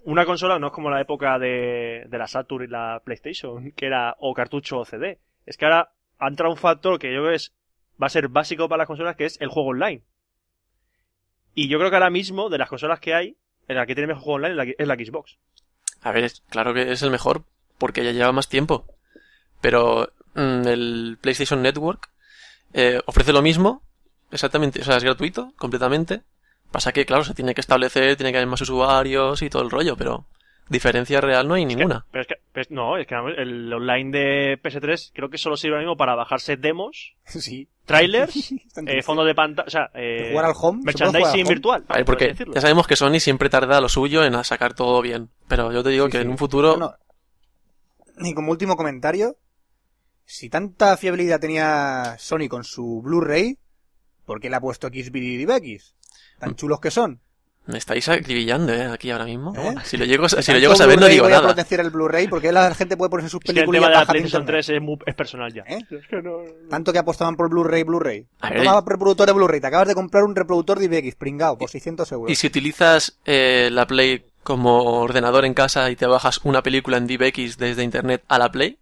Speaker 2: una consola no es como la época de, de la Saturn y la PlayStation, que era o cartucho o CD. Es que ahora ha entrado un factor que yo creo que es, va a ser básico para las consolas, que es el juego online. Y yo creo que ahora mismo, de las consolas que hay, en la que tiene mejor juego online es la, es la Xbox.
Speaker 5: A ver, es- claro que es el mejor, porque ya lleva más tiempo. Pero mm, el PlayStation Network eh, ofrece lo mismo, exactamente, o sea, es gratuito, completamente. Pasa que, claro, se tiene que establecer, tiene que haber más usuarios y todo el rollo, pero diferencia real no hay
Speaker 2: Es que-
Speaker 5: ninguna.
Speaker 2: pero es que, pero es- no, es que el online de PS3 creo que solo sirve ahora mismo para bajarse demos,
Speaker 3: Sí.
Speaker 2: trailers,
Speaker 3: Están
Speaker 2: eh,
Speaker 3: tristes.
Speaker 2: fondo de pantalla, o sea, eh,
Speaker 3: Jugar al home. ¿Se puede jugar al
Speaker 2: merchandising
Speaker 3: home?
Speaker 2: virtual.
Speaker 5: A ver,
Speaker 2: por así
Speaker 5: porque
Speaker 2: decirlo.
Speaker 5: ya sabemos que Sony siempre tarda lo suyo en sacar todo bien. Pero yo te digo
Speaker 3: Sí,
Speaker 5: que
Speaker 3: sí.
Speaker 5: en un futuro.
Speaker 3: Bueno, y como último comentario, si tanta fiabilidad tenía Sony con su Blu-ray, ¿por qué le ha puesto XBDBX? Tan chulos que son.
Speaker 5: Me estáis acribillando, ¿eh? Aquí ahora mismo.
Speaker 3: ¿Eh?
Speaker 5: Si lo llego, si lo
Speaker 3: Tanto
Speaker 5: llego a saber, no
Speaker 3: Blu-ray
Speaker 5: digo
Speaker 3: voy
Speaker 5: nada.
Speaker 3: a potenciar el Blu-ray porque la gente puede ponerse sus
Speaker 2: Es que el
Speaker 3: películas
Speaker 2: tema de
Speaker 3: y
Speaker 2: la
Speaker 3: bajar de
Speaker 2: PlayStation
Speaker 3: internet.
Speaker 2: 3 es, muy- es personal ya.
Speaker 3: ¿Eh?
Speaker 2: Es que no-
Speaker 3: Tanto que apostaban por Blu-ray, Blu-ray.
Speaker 5: A ver,
Speaker 3: Toma reproductor de Blu-ray, te acabas de comprar un reproductor de IBX, pringao, por 600 euros.
Speaker 5: Y si utilizas eh, la Play como ordenador en casa y te bajas una película en DivX desde internet a la Play.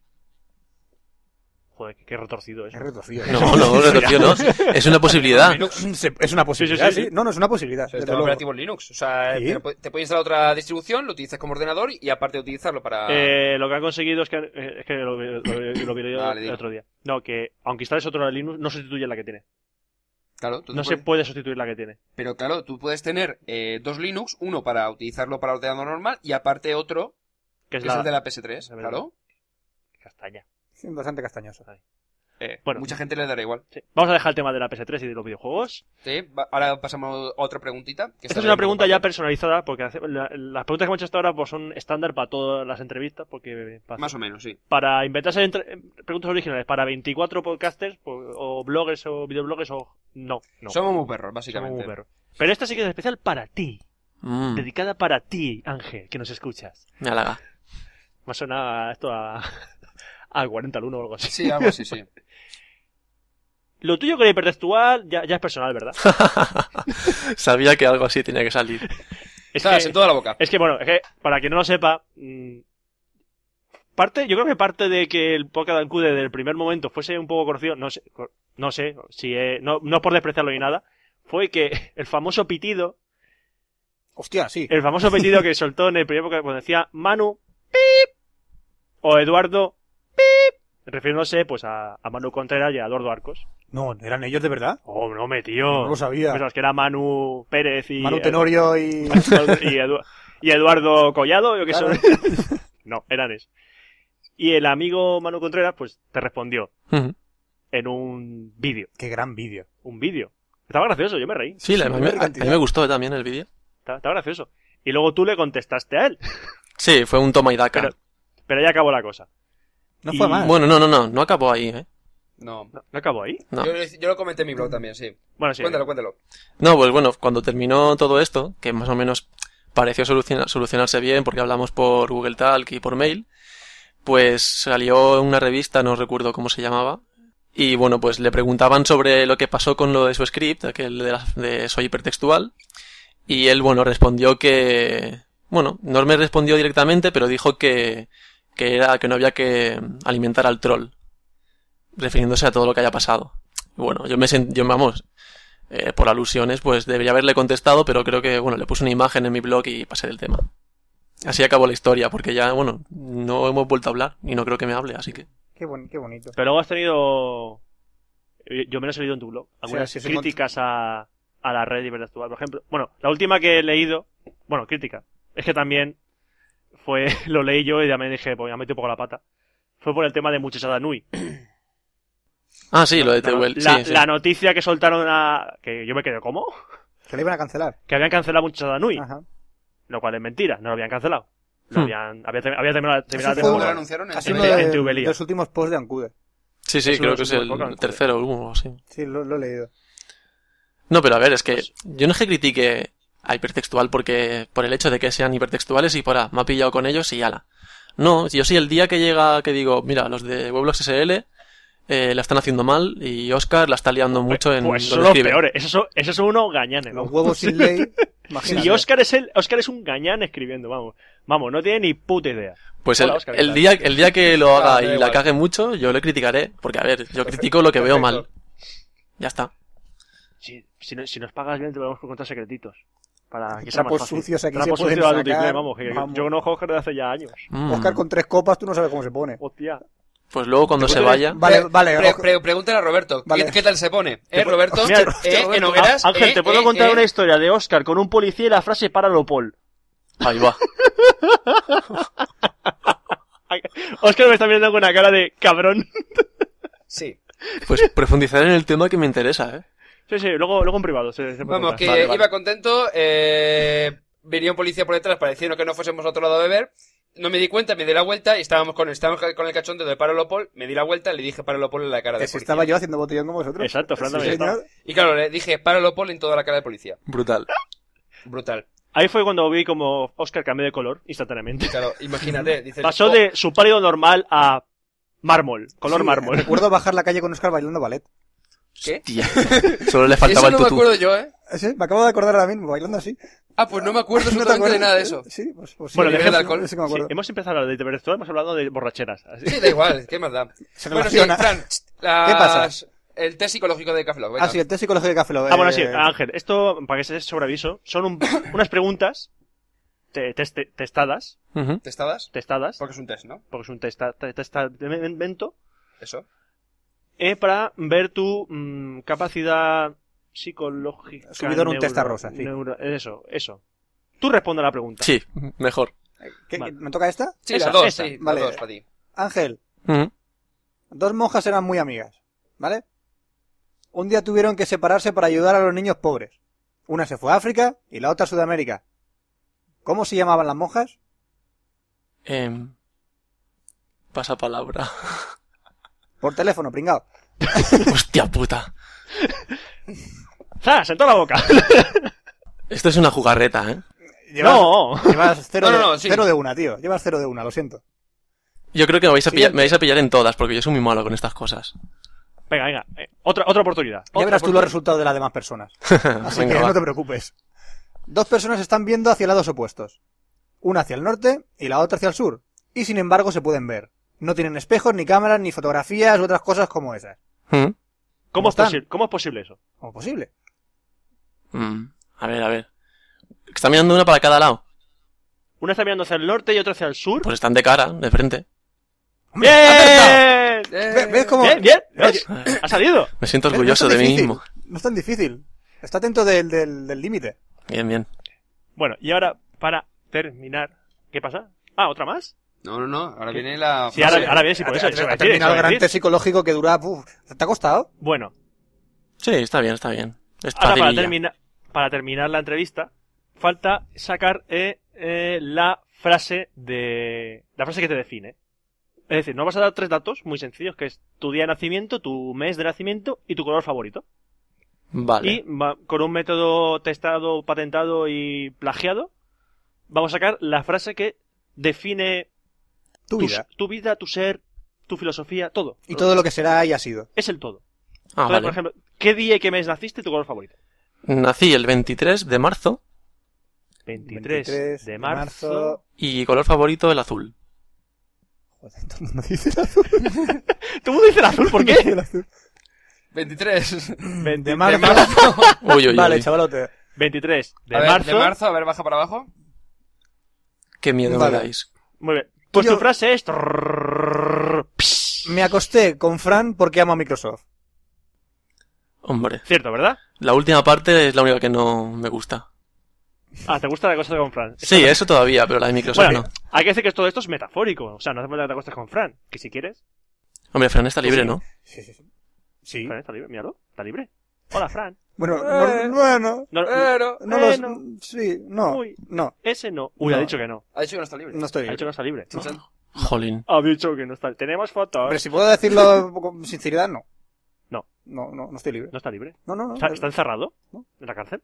Speaker 2: Joder, qué retorcido eso.
Speaker 3: Es retorcido.
Speaker 5: No, no, retorcido no. Es una posibilidad.
Speaker 3: Linux mm, se- es una posibilidad,
Speaker 2: Sí, sí, sí,
Speaker 3: sí.
Speaker 2: sí.
Speaker 3: No, no, es una posibilidad. desde
Speaker 4: Pero está el
Speaker 3: luego.
Speaker 4: operativo en Linux. O sea,
Speaker 3: Sí.
Speaker 4: te, pu- te puede instalar otra distribución, lo utilizas como ordenador y aparte de utilizarlo para.
Speaker 2: Eh, lo que han conseguido es que, han- eh, es que lo, lo- lo vi yo
Speaker 4: Vale,
Speaker 2: el
Speaker 4: dilo.
Speaker 2: otro día. No, que aunque instales otra Linux, no sustituye la que tiene.
Speaker 4: claro, tú te
Speaker 2: No se
Speaker 4: puedes-
Speaker 2: puede sustituir la que tiene.
Speaker 4: Pero claro, tú puedes tener eh, dos Linux, uno para utilizarlo para ordenador normal y aparte otro
Speaker 2: Que
Speaker 4: que
Speaker 2: es,
Speaker 4: es
Speaker 2: la
Speaker 4: el de la PS3.
Speaker 2: la verdad.
Speaker 4: Claro.
Speaker 2: castaña.
Speaker 3: Sí, Bastante castañoso.
Speaker 4: Eh,
Speaker 2: Bueno.
Speaker 4: Mucha gente le dará igual.
Speaker 2: Sí. Vamos a dejar el tema de la PS3 y de los videojuegos.
Speaker 4: Sí, va- ahora pasamos a otra preguntita.
Speaker 2: Esta
Speaker 4: que está
Speaker 2: es una
Speaker 4: bien
Speaker 2: pregunta ya
Speaker 4: preocupante.
Speaker 2: personalizada, porque hace- la- las preguntas que hemos hecho hasta ahora pues, son estándar para todas las entrevistas, porque para,
Speaker 4: Más o menos, sí.
Speaker 2: para inventarse entre- eh, preguntas originales para 24 podcasters, pues, o bloggers, o videobloggers, o no, no.
Speaker 4: Somos muy perros,
Speaker 2: Somos
Speaker 4: básicamente.
Speaker 2: un perro. Pero esta sí que es especial para ti,
Speaker 5: Mm,
Speaker 2: dedicada para ti, Ángel, que nos escuchas.
Speaker 5: me halaga.
Speaker 2: Me suena esto a, a 40 al 1 o algo así.
Speaker 4: Sí, algo así, sí.
Speaker 2: Lo tuyo con el hipertextual ya, ya es personal, ¿verdad?
Speaker 5: Sabía que algo así tenía que salir.
Speaker 2: Es
Speaker 4: Estás
Speaker 2: que-
Speaker 4: en toda la boca.
Speaker 2: Es que, bueno, es que, para quien no lo sepa, mm, parte, yo creo que parte de que el podcast de Ancu desde el primer momento fuese un poco conocido, no sé, co- no sé, si eh, no, no por despreciarlo ni nada, fue que el famoso pitido,
Speaker 3: Hostia, sí.
Speaker 2: el famoso pitido que soltó en el primer podcast cuando decía Manu, pip, o Eduardo, pip, refiriéndose pues a, a Manu Contreras y a Eduardo Arcos.
Speaker 3: No, ¿eran ellos de verdad?
Speaker 2: Oh, no me
Speaker 3: No
Speaker 2: tío.
Speaker 3: lo sabía.
Speaker 2: Pensabas que era Manu Pérez y
Speaker 3: Manu Tenorio y...
Speaker 2: y, Edu- y Eduardo Collado, yo que
Speaker 3: Claro.
Speaker 2: sé. no, eran eso. Y el amigo Manu Contreras, pues, te respondió
Speaker 5: Mm.
Speaker 2: en un vídeo.
Speaker 3: Qué gran vídeo.
Speaker 2: Un vídeo. Estaba gracioso, yo me reí.
Speaker 5: Sí, la- a, mí, me-
Speaker 3: Mayor
Speaker 5: a mí
Speaker 3: cantidad.
Speaker 5: me gustó también el vídeo.
Speaker 2: Estaba, estaba gracioso. Y luego tú le contestaste a él.
Speaker 5: Sí, fue un toma y daca.
Speaker 2: Pero- Pero ya acabó la cosa.
Speaker 3: No
Speaker 2: Y-
Speaker 3: fue mal.
Speaker 5: Bueno, no, no, no, no acabó ahí, ¿eh?
Speaker 4: No.
Speaker 2: ¿No, no acabó ahí?
Speaker 5: No.
Speaker 4: Yo, yo lo comenté en mi blog también, sí.
Speaker 2: Bueno, sí.
Speaker 4: Cuéntalo, cuéntalo.
Speaker 5: No, pues bueno, cuando terminó todo esto, que más o menos pareció soluciona- solucionarse bien porque hablamos por Google Talk y por mail, pues salió una revista, no recuerdo cómo se llamaba, y bueno, pues le preguntaban sobre lo que pasó con lo de su script, aquel de, la- de Soy hipertextual, y él, bueno, respondió que... Bueno, no me respondió directamente, pero dijo que, que era que no había que alimentar al troll, refiriéndose a todo lo que haya pasado. Bueno, yo me sent- yo vamos, eh, por alusiones, pues debería haberle contestado, pero creo que, bueno, le puse una imagen en mi blog y pasé del tema. Así acabó la historia, porque ya, bueno, no hemos vuelto a hablar y no creo que me hable, así que.
Speaker 3: Qué, bon- qué bonito.
Speaker 2: Pero luego has tenido... eh, Yo me lo he salido en tu blog. Algunas
Speaker 3: sí, sí,
Speaker 2: críticas a, a la red hipertextual, por ejemplo. Bueno, la última que he leído... Bueno, crítica. Es que también fue... Lo leí yo y ya me dije, pues me ha metido un poco la pata. Fue por el tema de Muchachada Nui.
Speaker 5: Ah, sí, lo de
Speaker 2: La,
Speaker 5: Tehuel.
Speaker 2: la-
Speaker 5: sí, sí.
Speaker 2: la noticia que soltaron a... Que yo me quedé, ¿cómo?
Speaker 3: Que le iban a cancelar.
Speaker 2: Que habían cancelado Muchachada Nui.
Speaker 3: Ajá.
Speaker 2: Lo cual es mentira. No lo habían cancelado. Lo
Speaker 5: Hmm.
Speaker 2: habían... Había, termi- había terminado, terminado
Speaker 3: Eso
Speaker 2: la
Speaker 3: fue
Speaker 4: ¿Cómo lo
Speaker 3: una-
Speaker 2: temporada.
Speaker 4: anunciaron?
Speaker 3: Casi
Speaker 2: En-
Speaker 3: uno
Speaker 2: en
Speaker 3: de,
Speaker 2: TV
Speaker 3: de
Speaker 2: Lía.
Speaker 3: los últimos posts de Ancude.
Speaker 5: Sí, sí,
Speaker 2: eso
Speaker 5: creo
Speaker 2: lo
Speaker 5: que es
Speaker 2: supe
Speaker 5: el
Speaker 2: poco, joder.
Speaker 5: tercero o así.
Speaker 3: Sí, lo, lo he leído.
Speaker 5: No, pero a ver, es que
Speaker 2: Pues-
Speaker 5: yo no es que critique a hipertextual porque por el hecho de que sean hipertextuales y por ah, me ha pillado con ellos y ala. No, yo sí el día que llega que digo, mira, los de Weblogs SL eh, la están haciendo mal y Oscar la está liando mucho en
Speaker 2: Pues
Speaker 5: lo
Speaker 2: son
Speaker 5: que
Speaker 2: los
Speaker 5: escribe.
Speaker 2: peores. Esos son, esos son unos gañanes.
Speaker 3: Los
Speaker 2: vamos.
Speaker 3: huevos sin ley.
Speaker 2: Sí,
Speaker 3: Imagínate.
Speaker 2: y Oscar es, el, Oscar es un gañán escribiendo, vamos. Vamos, no tiene ni puta idea.
Speaker 5: Pues
Speaker 2: Hola,
Speaker 5: el,
Speaker 2: Óscar, ¿qué
Speaker 5: el
Speaker 2: tal?
Speaker 5: día, el día que
Speaker 4: Ah,
Speaker 5: lo haga
Speaker 4: me da
Speaker 5: y la
Speaker 4: igual.
Speaker 5: cague mucho, yo le criticaré. Porque, a ver, yo critico lo que veo mal.
Speaker 4: perfecto.
Speaker 5: Ya está.
Speaker 2: Si, si, no- si nos pagas bien, te podemos contar secretitos. Para que sea
Speaker 3: Trapos
Speaker 2: más fácil.
Speaker 3: sucios aquí se
Speaker 2: Trapos
Speaker 3: pueden
Speaker 2: sucios a
Speaker 3: sacar,
Speaker 2: Dutiflé, vamos, que
Speaker 3: vamos.
Speaker 2: Yo conozco a Oscar desde hace ya años.
Speaker 5: Mm.
Speaker 3: Oscar con tres copas, tú no sabes cómo se pone.
Speaker 2: Hostia.
Speaker 5: Pues luego cuando se
Speaker 2: Tú eres-
Speaker 5: vaya...
Speaker 3: Vale,
Speaker 4: Pre-
Speaker 3: vale.
Speaker 4: pre-
Speaker 3: Oscar-
Speaker 4: pre- pregúntale a Roberto. ¿Qué-
Speaker 3: Vale.
Speaker 4: ¿Qué, tal se pone? ¿Eh, Roberto?
Speaker 2: Mira,
Speaker 4: ¿Eh, ¿En hogueras?
Speaker 2: Á- Ángel,
Speaker 4: ¿Eh,
Speaker 2: te puedo
Speaker 4: eh,
Speaker 2: contar
Speaker 4: eh?
Speaker 2: una historia de Oscar con un policía y la frase para Lopol.
Speaker 5: Ahí va.
Speaker 2: Oscar me está mirando con una cara de cabrón.
Speaker 4: Sí.
Speaker 5: Pues profundizar en el tema que me interesa, ¿eh?
Speaker 2: Sí, sí, luego, luego en privado. se- se puede
Speaker 4: Vamos,
Speaker 2: contar.
Speaker 4: que
Speaker 2: Vale, vale.
Speaker 4: iba contento, eh, venía un policía por detrás para decirnos que no fuésemos a otro lado a beber. No me di cuenta, me di la vuelta y estábamos con, estábamos con el cachondeo de Paralopol. Me di la vuelta, le dije Paralopol en la cara de
Speaker 3: Que si estaba
Speaker 4: policía.
Speaker 3: yo haciendo botellón con vosotros.
Speaker 2: Exacto, Fran
Speaker 3: Sí,
Speaker 2: también estaba.
Speaker 3: señor.
Speaker 4: Y claro, le dije Paralopol en toda la cara de policía.
Speaker 5: Brutal.
Speaker 4: Brutal.
Speaker 2: Ahí fue cuando vi como Oscar cambió de color instantáneamente.
Speaker 4: Claro, imagínate. dices,
Speaker 2: Pasó
Speaker 4: oh,
Speaker 2: de su pálido normal a mármol, color
Speaker 3: Sí,
Speaker 2: mármol.
Speaker 3: Recuerdo bajar la calle con Oscar bailando ballet.
Speaker 4: ¿Qué?
Speaker 5: Solo le faltaba
Speaker 4: Eso no
Speaker 5: el
Speaker 4: me
Speaker 5: tutú.
Speaker 4: acuerdo yo, ¿eh?
Speaker 3: Sí, me acabo de acordar ahora mismo, bailando así.
Speaker 4: Ah, pues no me acuerdo
Speaker 3: ¿No te
Speaker 4: absolutamente de
Speaker 3: acuerdas?
Speaker 4: nada de eso.
Speaker 3: Sí, pues, pues sí.
Speaker 2: Bueno,
Speaker 3: sí,
Speaker 2: dejemos-
Speaker 3: sí, sí que me
Speaker 4: alcohol.
Speaker 2: Sí, em-
Speaker 3: acuerdo.
Speaker 2: hemos empezado a hablar de Bertol, hemos hablado de borracheras. así.
Speaker 4: Sí, da igual, qué más da.
Speaker 3: Se
Speaker 4: Bueno, sí,
Speaker 3: relaciona.
Speaker 4: Fran, las-
Speaker 3: ¿Qué pasa?
Speaker 4: El test psicológico de Café Lock, venga.
Speaker 3: Ah, sí, el test psicológico de Café Lock,
Speaker 2: Ah, bueno,
Speaker 3: eh,
Speaker 2: sí, Ángel, esto, para que se sobreaviso, son un- unas preguntas te- teste- testadas,
Speaker 5: Ujú.
Speaker 4: ¿Testadas?
Speaker 2: testadas,
Speaker 4: Porque es un test, ¿no?
Speaker 2: porque es un testa- te- testamento,
Speaker 4: Eso.
Speaker 2: eh, para ver tu mm, capacidad psicológica.
Speaker 3: Subidón un
Speaker 2: neuro-
Speaker 3: testarrosa, sí.
Speaker 2: neuro- eso, eso. Tú responde a la pregunta.
Speaker 5: Sí, mejor.
Speaker 3: ¿qué-
Speaker 2: Vale.
Speaker 3: ¿Me toca esta?
Speaker 4: Sí,
Speaker 2: Esa,
Speaker 4: las dos,
Speaker 2: esa.
Speaker 4: sí,
Speaker 3: Vale.
Speaker 4: las dos para ti.
Speaker 3: Ángel,
Speaker 5: Ujú.
Speaker 3: dos monjas eran muy amigas, ¿vale? Un día tuvieron que separarse para ayudar a los niños pobres. Una se fue a África y la otra a Sudamérica. ¿Cómo se llamaban las monjas?
Speaker 5: Em, pasa palabra.
Speaker 3: Por teléfono, pringado.
Speaker 5: Hostia puta.
Speaker 2: ¡Zas! ¡En toda la boca!
Speaker 5: Esto es una jugarreta, ¿eh?
Speaker 3: Llevas,
Speaker 2: ¡No!
Speaker 3: llevas cero,
Speaker 4: No, no,
Speaker 3: de-
Speaker 4: no, sí.
Speaker 3: cero de una, tío. Llevas cero de una, lo siento.
Speaker 5: Yo creo que me vais, a pillar,
Speaker 3: Siguiente.
Speaker 5: me vais a pillar en todas, porque yo soy muy malo con estas cosas.
Speaker 2: Venga, venga. eh, otra, otra oportunidad.
Speaker 3: Ya
Speaker 2: Otra
Speaker 3: verás tú los
Speaker 2: oportunidad.
Speaker 3: resultados de las demás personas. Así
Speaker 5: Venga,
Speaker 3: que
Speaker 5: va.
Speaker 3: no te preocupes. Dos personas están viendo hacia lados opuestos. Una hacia el norte y la otra hacia el sur. Y sin embargo se pueden ver. No tienen espejos, ni cámaras, ni fotografías, u otras cosas como esas.
Speaker 5: Ujú.
Speaker 2: ¿Cómo, es
Speaker 3: ¿Cómo
Speaker 2: posi- ¿Cómo es posible eso?
Speaker 3: Como posible.
Speaker 5: Mm, A ver, a ver. Están mirando una para cada lado.
Speaker 2: Una está mirando hacia el norte y otra hacia el sur.
Speaker 5: Pues están de cara, de frente.
Speaker 3: ¡Hombre, acertado!
Speaker 2: ¡Bien!
Speaker 3: Ve- ¿Ves cómo?
Speaker 2: ¡Bien, bien!
Speaker 3: Oye,
Speaker 2: ¿Ves? ¡Ha salido!
Speaker 5: Me siento
Speaker 3: ¿ves? No es
Speaker 5: orgulloso
Speaker 3: tan
Speaker 5: de mí
Speaker 3: difícil.
Speaker 5: mismo.
Speaker 3: No es tan difícil. Está dentro del del- del límite.
Speaker 5: Bien, bien.
Speaker 2: Bueno, y ahora, para terminar... ¿Qué pasa? Ah, ¿otra más?
Speaker 4: No, no, no, ahora viene la...
Speaker 2: Sí, ahora,
Speaker 4: frase.
Speaker 2: ahora viene, sí, por
Speaker 3: Ha-
Speaker 2: eso.
Speaker 3: ha-
Speaker 2: eso iba a
Speaker 3: ha
Speaker 2: decir,
Speaker 3: terminado
Speaker 2: eso
Speaker 3: el
Speaker 2: iba a
Speaker 3: gran
Speaker 2: decir.
Speaker 3: test psicológico que dura... uf, ¿Te ha costado?
Speaker 2: Bueno,
Speaker 5: Sí, está bien, está bien. Es
Speaker 2: ahora para,
Speaker 5: facililla.
Speaker 2: terminar para terminar la entrevista, falta sacar eh, eh, la frase de... La frase que te define. Es decir, nos vas a dar tres datos muy sencillos, que es tu día de nacimiento, tu mes de nacimiento y tu color favorito.
Speaker 5: Vale.
Speaker 2: Y va- con un método testado, patentado y plagiado, vamos a sacar la frase que define
Speaker 3: Tu
Speaker 2: tus-
Speaker 3: vida.
Speaker 2: tu, vida, tu ser, tu filosofía, todo.
Speaker 3: Y todo lo que será y ha sido.
Speaker 2: Es el todo.
Speaker 5: Ah,
Speaker 2: Entonces,
Speaker 5: vale.
Speaker 2: por ejemplo, ¿qué día y qué mes naciste y tu color favorito?
Speaker 5: Nací el 23 de marzo
Speaker 2: 23, de marzo.
Speaker 5: y color favorito el azul.
Speaker 3: Joder, todo el mundo dice el azul.
Speaker 2: ¿Tú mundo dice el azul? ¿Por qué?
Speaker 3: El azul.
Speaker 4: 23.
Speaker 3: De marzo.
Speaker 5: Uy, uy,
Speaker 3: Vale,
Speaker 5: uy.
Speaker 3: chavalote.
Speaker 2: 23 de
Speaker 4: a ver,
Speaker 2: marzo.
Speaker 4: de marzo, a ver, baja para abajo.
Speaker 5: Qué miedo
Speaker 3: Vale.
Speaker 5: me dais.
Speaker 2: Muy bien. Pues
Speaker 3: Yo-
Speaker 2: tu frase es...
Speaker 3: Me acosté con Fran porque amo a Microsoft.
Speaker 5: Hombre,
Speaker 2: Cierto, ¿verdad?
Speaker 5: la última parte es la única que no me gusta.
Speaker 2: Ah, ¿te gusta la cosa con Fran?
Speaker 5: Sí, eso todavía, pero la de Microsoft
Speaker 2: Bueno,
Speaker 5: no.
Speaker 2: hay que decir que todo esto es metafórico. O sea, no hace falta que te acostes con Fran. Que si quieres,
Speaker 5: Hombre, Fran está libre,
Speaker 3: Sí.
Speaker 5: ¿no?
Speaker 3: Sí, sí, sí. Sí.
Speaker 2: Fran está libre, míralo, está libre. Hola, Fran.
Speaker 3: Bueno,
Speaker 4: Eh.
Speaker 3: no, bueno,
Speaker 2: No,
Speaker 4: Pero...
Speaker 3: no
Speaker 2: Eh,
Speaker 3: los...
Speaker 2: no.
Speaker 3: Sí, no,
Speaker 2: Uy.
Speaker 3: no,
Speaker 2: ese no. Uy, ha
Speaker 3: No.
Speaker 2: dicho que no.
Speaker 4: Ha dicho que no está libre.
Speaker 3: no estoy
Speaker 2: Ha dicho que
Speaker 3: bien.
Speaker 2: no está libre.
Speaker 4: Chuchan.
Speaker 5: Jolín.
Speaker 2: Ha dicho que no está Tenemos fotos.
Speaker 3: Pero si puedo decirlo con sinceridad, no.
Speaker 2: No.
Speaker 3: No, no, no estoy libre.
Speaker 2: No está libre.
Speaker 3: No, no, Pues, no.
Speaker 2: Está, está encerrado
Speaker 3: No.
Speaker 2: en la cárcel.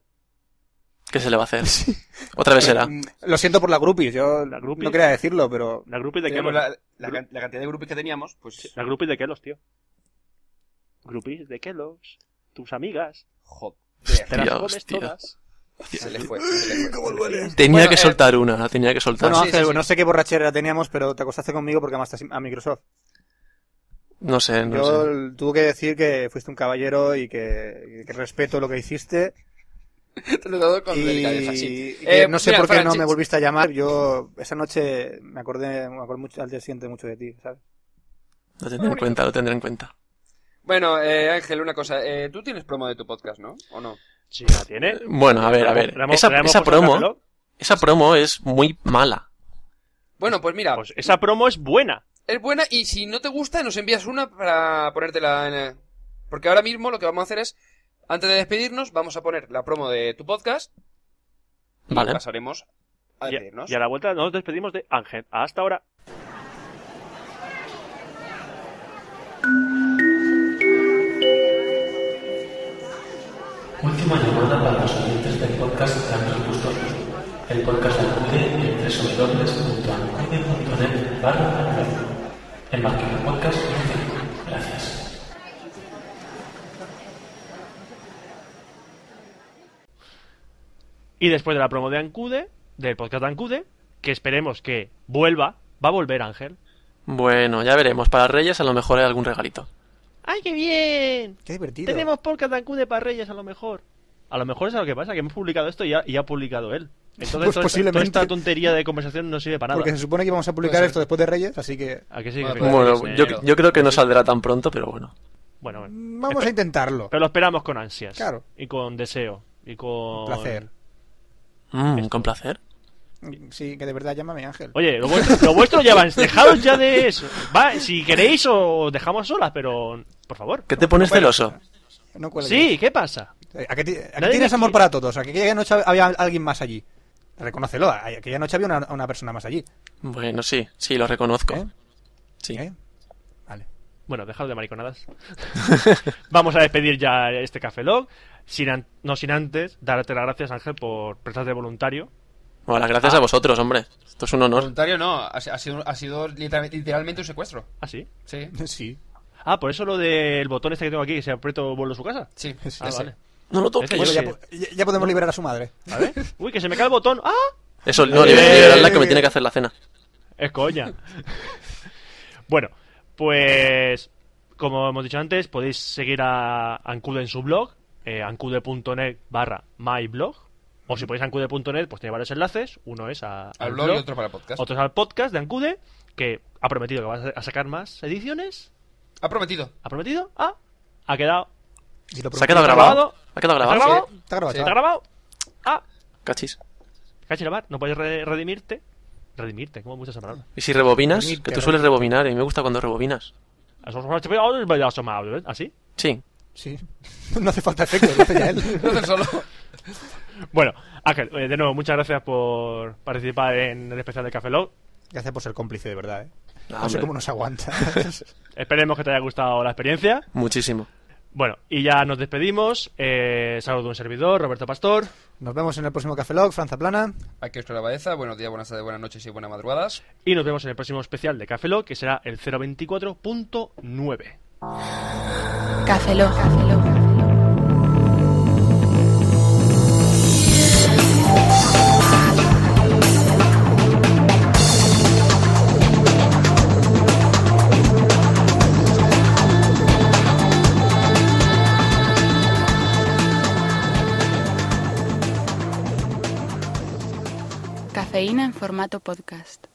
Speaker 5: ¿Qué se le va a hacer? Otra vez será.
Speaker 4: Mm,
Speaker 3: Lo siento por la groupies, yo
Speaker 2: La groupies.
Speaker 3: no quería decirlo,
Speaker 4: Ah,
Speaker 3: pero...
Speaker 2: La grupi de
Speaker 4: teníamos
Speaker 2: Kelos.
Speaker 4: La,
Speaker 2: La,
Speaker 4: la can- la cantidad de grupos que teníamos, pues...
Speaker 2: grupi de Kelos, tío. Grupis de Kelos. Tus amigas. Te
Speaker 4: Joder,
Speaker 2: las
Speaker 5: Dios,
Speaker 2: comes
Speaker 5: tío.
Speaker 2: todas.
Speaker 4: se le fue. Se le fue.
Speaker 5: Tenía
Speaker 4: Bueno,
Speaker 5: que
Speaker 4: eh,
Speaker 5: soltar una, tenía que soltar.
Speaker 3: Bueno,
Speaker 4: sí,
Speaker 3: Ángel,
Speaker 4: sí, sí.
Speaker 3: no sé qué borrachera teníamos, pero te acostaste conmigo porque amaste a Microsoft.
Speaker 5: No sé, no
Speaker 3: Yo
Speaker 5: sé.
Speaker 3: tuve que decir que fuiste un caballero y que, que respeto lo que hiciste.
Speaker 4: Te lo he dado con
Speaker 3: y
Speaker 4: delicadeza, sí.
Speaker 3: y que
Speaker 4: Eh,
Speaker 3: no sé
Speaker 4: mira,
Speaker 3: por qué
Speaker 4: Fran,
Speaker 3: no
Speaker 4: sí,
Speaker 3: me volviste a llamar. Yo esa noche me acordé, me acordé mucho, al día siguiente mucho de ti, ¿sabes?
Speaker 5: Lo tendré en cuenta, lo tendré en cuenta.
Speaker 4: Bueno, eh, Ángel, una cosa. eh, Tú tienes promo de tu podcast, ¿no? ¿O no?
Speaker 2: Sí, la tiene. pues,
Speaker 5: Bueno, a ver, a
Speaker 2: La-
Speaker 5: ver.
Speaker 2: la hemos-
Speaker 5: Esa,
Speaker 2: la hemos
Speaker 5: esa
Speaker 2: puesto en
Speaker 5: promo,
Speaker 2: Cafelog.
Speaker 5: esa promo es muy mala.
Speaker 4: Bueno, pues mira,
Speaker 2: Pues esa promo es buena.
Speaker 4: es buena y si no te gusta, nos envías una para ponértela en... eh, Porque ahora mismo lo que vamos a hacer es, antes de despedirnos, vamos a poner la promo de tu podcast y
Speaker 5: Vale.
Speaker 4: pasaremos a
Speaker 2: Y a-
Speaker 4: despedirnos.
Speaker 2: y a la vuelta nos despedimos de Ángel. Hasta ahora.
Speaker 5: Última llamada para los oyentes del podcast Transgustos. El podcast de Alcude en www.alcude.net barra El marketing podcast. Gracias.
Speaker 2: Y después de la promo de Ancude, del podcast de Ancude, que esperemos que vuelva, va a volver Ángel.
Speaker 5: Bueno, ya veremos. Para Reyes a lo mejor hay algún regalito.
Speaker 2: ¡Ay, qué bien!
Speaker 3: Qué divertido.
Speaker 2: Tenemos podcast de Ancude para Reyes a lo mejor. A lo mejor es lo que pasa, que hemos publicado esto y ha, y ha publicado él. Entonces
Speaker 3: Pues
Speaker 2: toda esta-
Speaker 3: posiblemente.
Speaker 2: toda esta tontería de conversación no sirve para nada.
Speaker 3: Porque se supone que vamos a publicar
Speaker 1: Puede
Speaker 3: esto
Speaker 1: ser.
Speaker 3: después de Reyes, así que
Speaker 2: ¿A que sí?
Speaker 1: Bueno,
Speaker 2: Que-
Speaker 1: pues-
Speaker 5: Bueno, yo,
Speaker 1: Dinero.
Speaker 5: yo creo que no saldrá tan pronto, pero bueno.
Speaker 2: bueno, bueno.
Speaker 3: vamos a intentarlo.
Speaker 2: Pero lo esperamos con ansias.
Speaker 3: Claro.
Speaker 2: Y con deseo. Y con...
Speaker 3: Placer.
Speaker 5: Mm, con placer.
Speaker 3: Mm, Sí, que de verdad llámame Ángel.
Speaker 2: Oye, lo vuestro, lo vuestro ya va. Dejaos ya de eso. Va, si queréis os dejamos solas, pero... Por favor.
Speaker 5: ¿Qué te pones celoso?
Speaker 3: No cuelgues.
Speaker 2: Sí, ¿qué pasa?
Speaker 3: Eh, ¿A qué, ti- a qué
Speaker 2: Nadie
Speaker 3: tienes
Speaker 2: me
Speaker 3: amor
Speaker 2: quiere.
Speaker 3: para todos? ¿A que aquella noche había alguien más allí? Reconócelo, a- aquella noche había una, una persona más allí.
Speaker 5: Bueno, sí, sí, lo reconozco.
Speaker 3: ¿eh?
Speaker 5: Sí.
Speaker 3: ¿Eh? Vale.
Speaker 2: Bueno, dejad de mariconadas. Vamos a despedir ya este Café Log. Sin an- No sin antes, darte las gracias, Ángel, por prestarte voluntario.
Speaker 5: Bueno, las gracias a vosotros, hombre. Esto es un honor.
Speaker 4: Voluntario no, ha, ha sido, ha sido literal- literalmente un secuestro.
Speaker 2: Ah, sí.
Speaker 4: Sí,
Speaker 3: Sí.
Speaker 2: Ah, por eso lo del botón este que tengo aquí, que se aprieto vuelo a su casa.
Speaker 4: sí.
Speaker 2: Ah,
Speaker 4: ese.
Speaker 2: vale.
Speaker 5: No lo
Speaker 2: Es que yo
Speaker 3: Bueno,
Speaker 5: toques.
Speaker 3: ya,
Speaker 2: sí.
Speaker 3: po- ya- ya podemos liberar a su madre.
Speaker 2: A ver. Uy, que se me cae el botón. ¡Ah!
Speaker 5: Eso, no,
Speaker 3: Eh, eh,
Speaker 5: liberadla que me
Speaker 3: eh.
Speaker 5: tiene que hacer la cena.
Speaker 2: Es coña. bueno, pues como hemos dicho antes, podéis seguir a Ancude en su blog, eh, ancude.net barra myblog. O si podéis ancude.net, pues tiene varios enlaces. Uno es a,
Speaker 4: Al blog y otro para el podcast.
Speaker 2: otro es al podcast de Ancude, que ha prometido que va a sa- a sacar más ediciones.
Speaker 4: Ha prometido.
Speaker 2: ¿Ha prometido? Ah, ha quedado.
Speaker 3: Si lo
Speaker 5: ¿Se ha quedado
Speaker 2: ¿Está
Speaker 5: grabado?
Speaker 2: grabado?
Speaker 5: ¿Ha quedado
Speaker 2: ¿Está
Speaker 5: grabado?
Speaker 2: grabado?
Speaker 3: pregunto- Está grabado.
Speaker 4: Sí.
Speaker 2: ¿Está
Speaker 3: chaval.
Speaker 2: grabado? Ah,
Speaker 5: Cachis.
Speaker 2: Cachilabar, no puedes re- redimirte. Redimirte, como muchas palabras.
Speaker 5: ¿Y si rebobinas?
Speaker 3: Permite,
Speaker 5: Que tú sueles rebobinar y me gusta cuando rebobinas.
Speaker 2: ¿Así?
Speaker 5: Sí.
Speaker 3: Sí. No hace falta efecto, lo hace ya él.
Speaker 4: No tan solo.
Speaker 2: Bueno, Ángel, eh, de nuevo, muchas gracias por participar en el especial de Café Lock.
Speaker 3: Gracias por ser cómplice, de verdad. ¿eh? No
Speaker 5: Ah, Hombre,
Speaker 3: sé cómo nos aguanta.
Speaker 2: Esperemos que te haya gustado la experiencia.
Speaker 5: Muchísimo.
Speaker 2: Bueno, y ya nos despedimos. Eh, saludo de un servidor, Roberto Pastor.
Speaker 3: Nos vemos en el próximo Café Log, Franza Plana.
Speaker 4: Aquí Oscar Baeza. Buenos días, buenas tardes, buenas noches y buenas madrugadas.
Speaker 2: Y nos vemos en el próximo especial de Café Lock, que será el 024.9.
Speaker 7: Café Lock. Cafeína en formato podcast.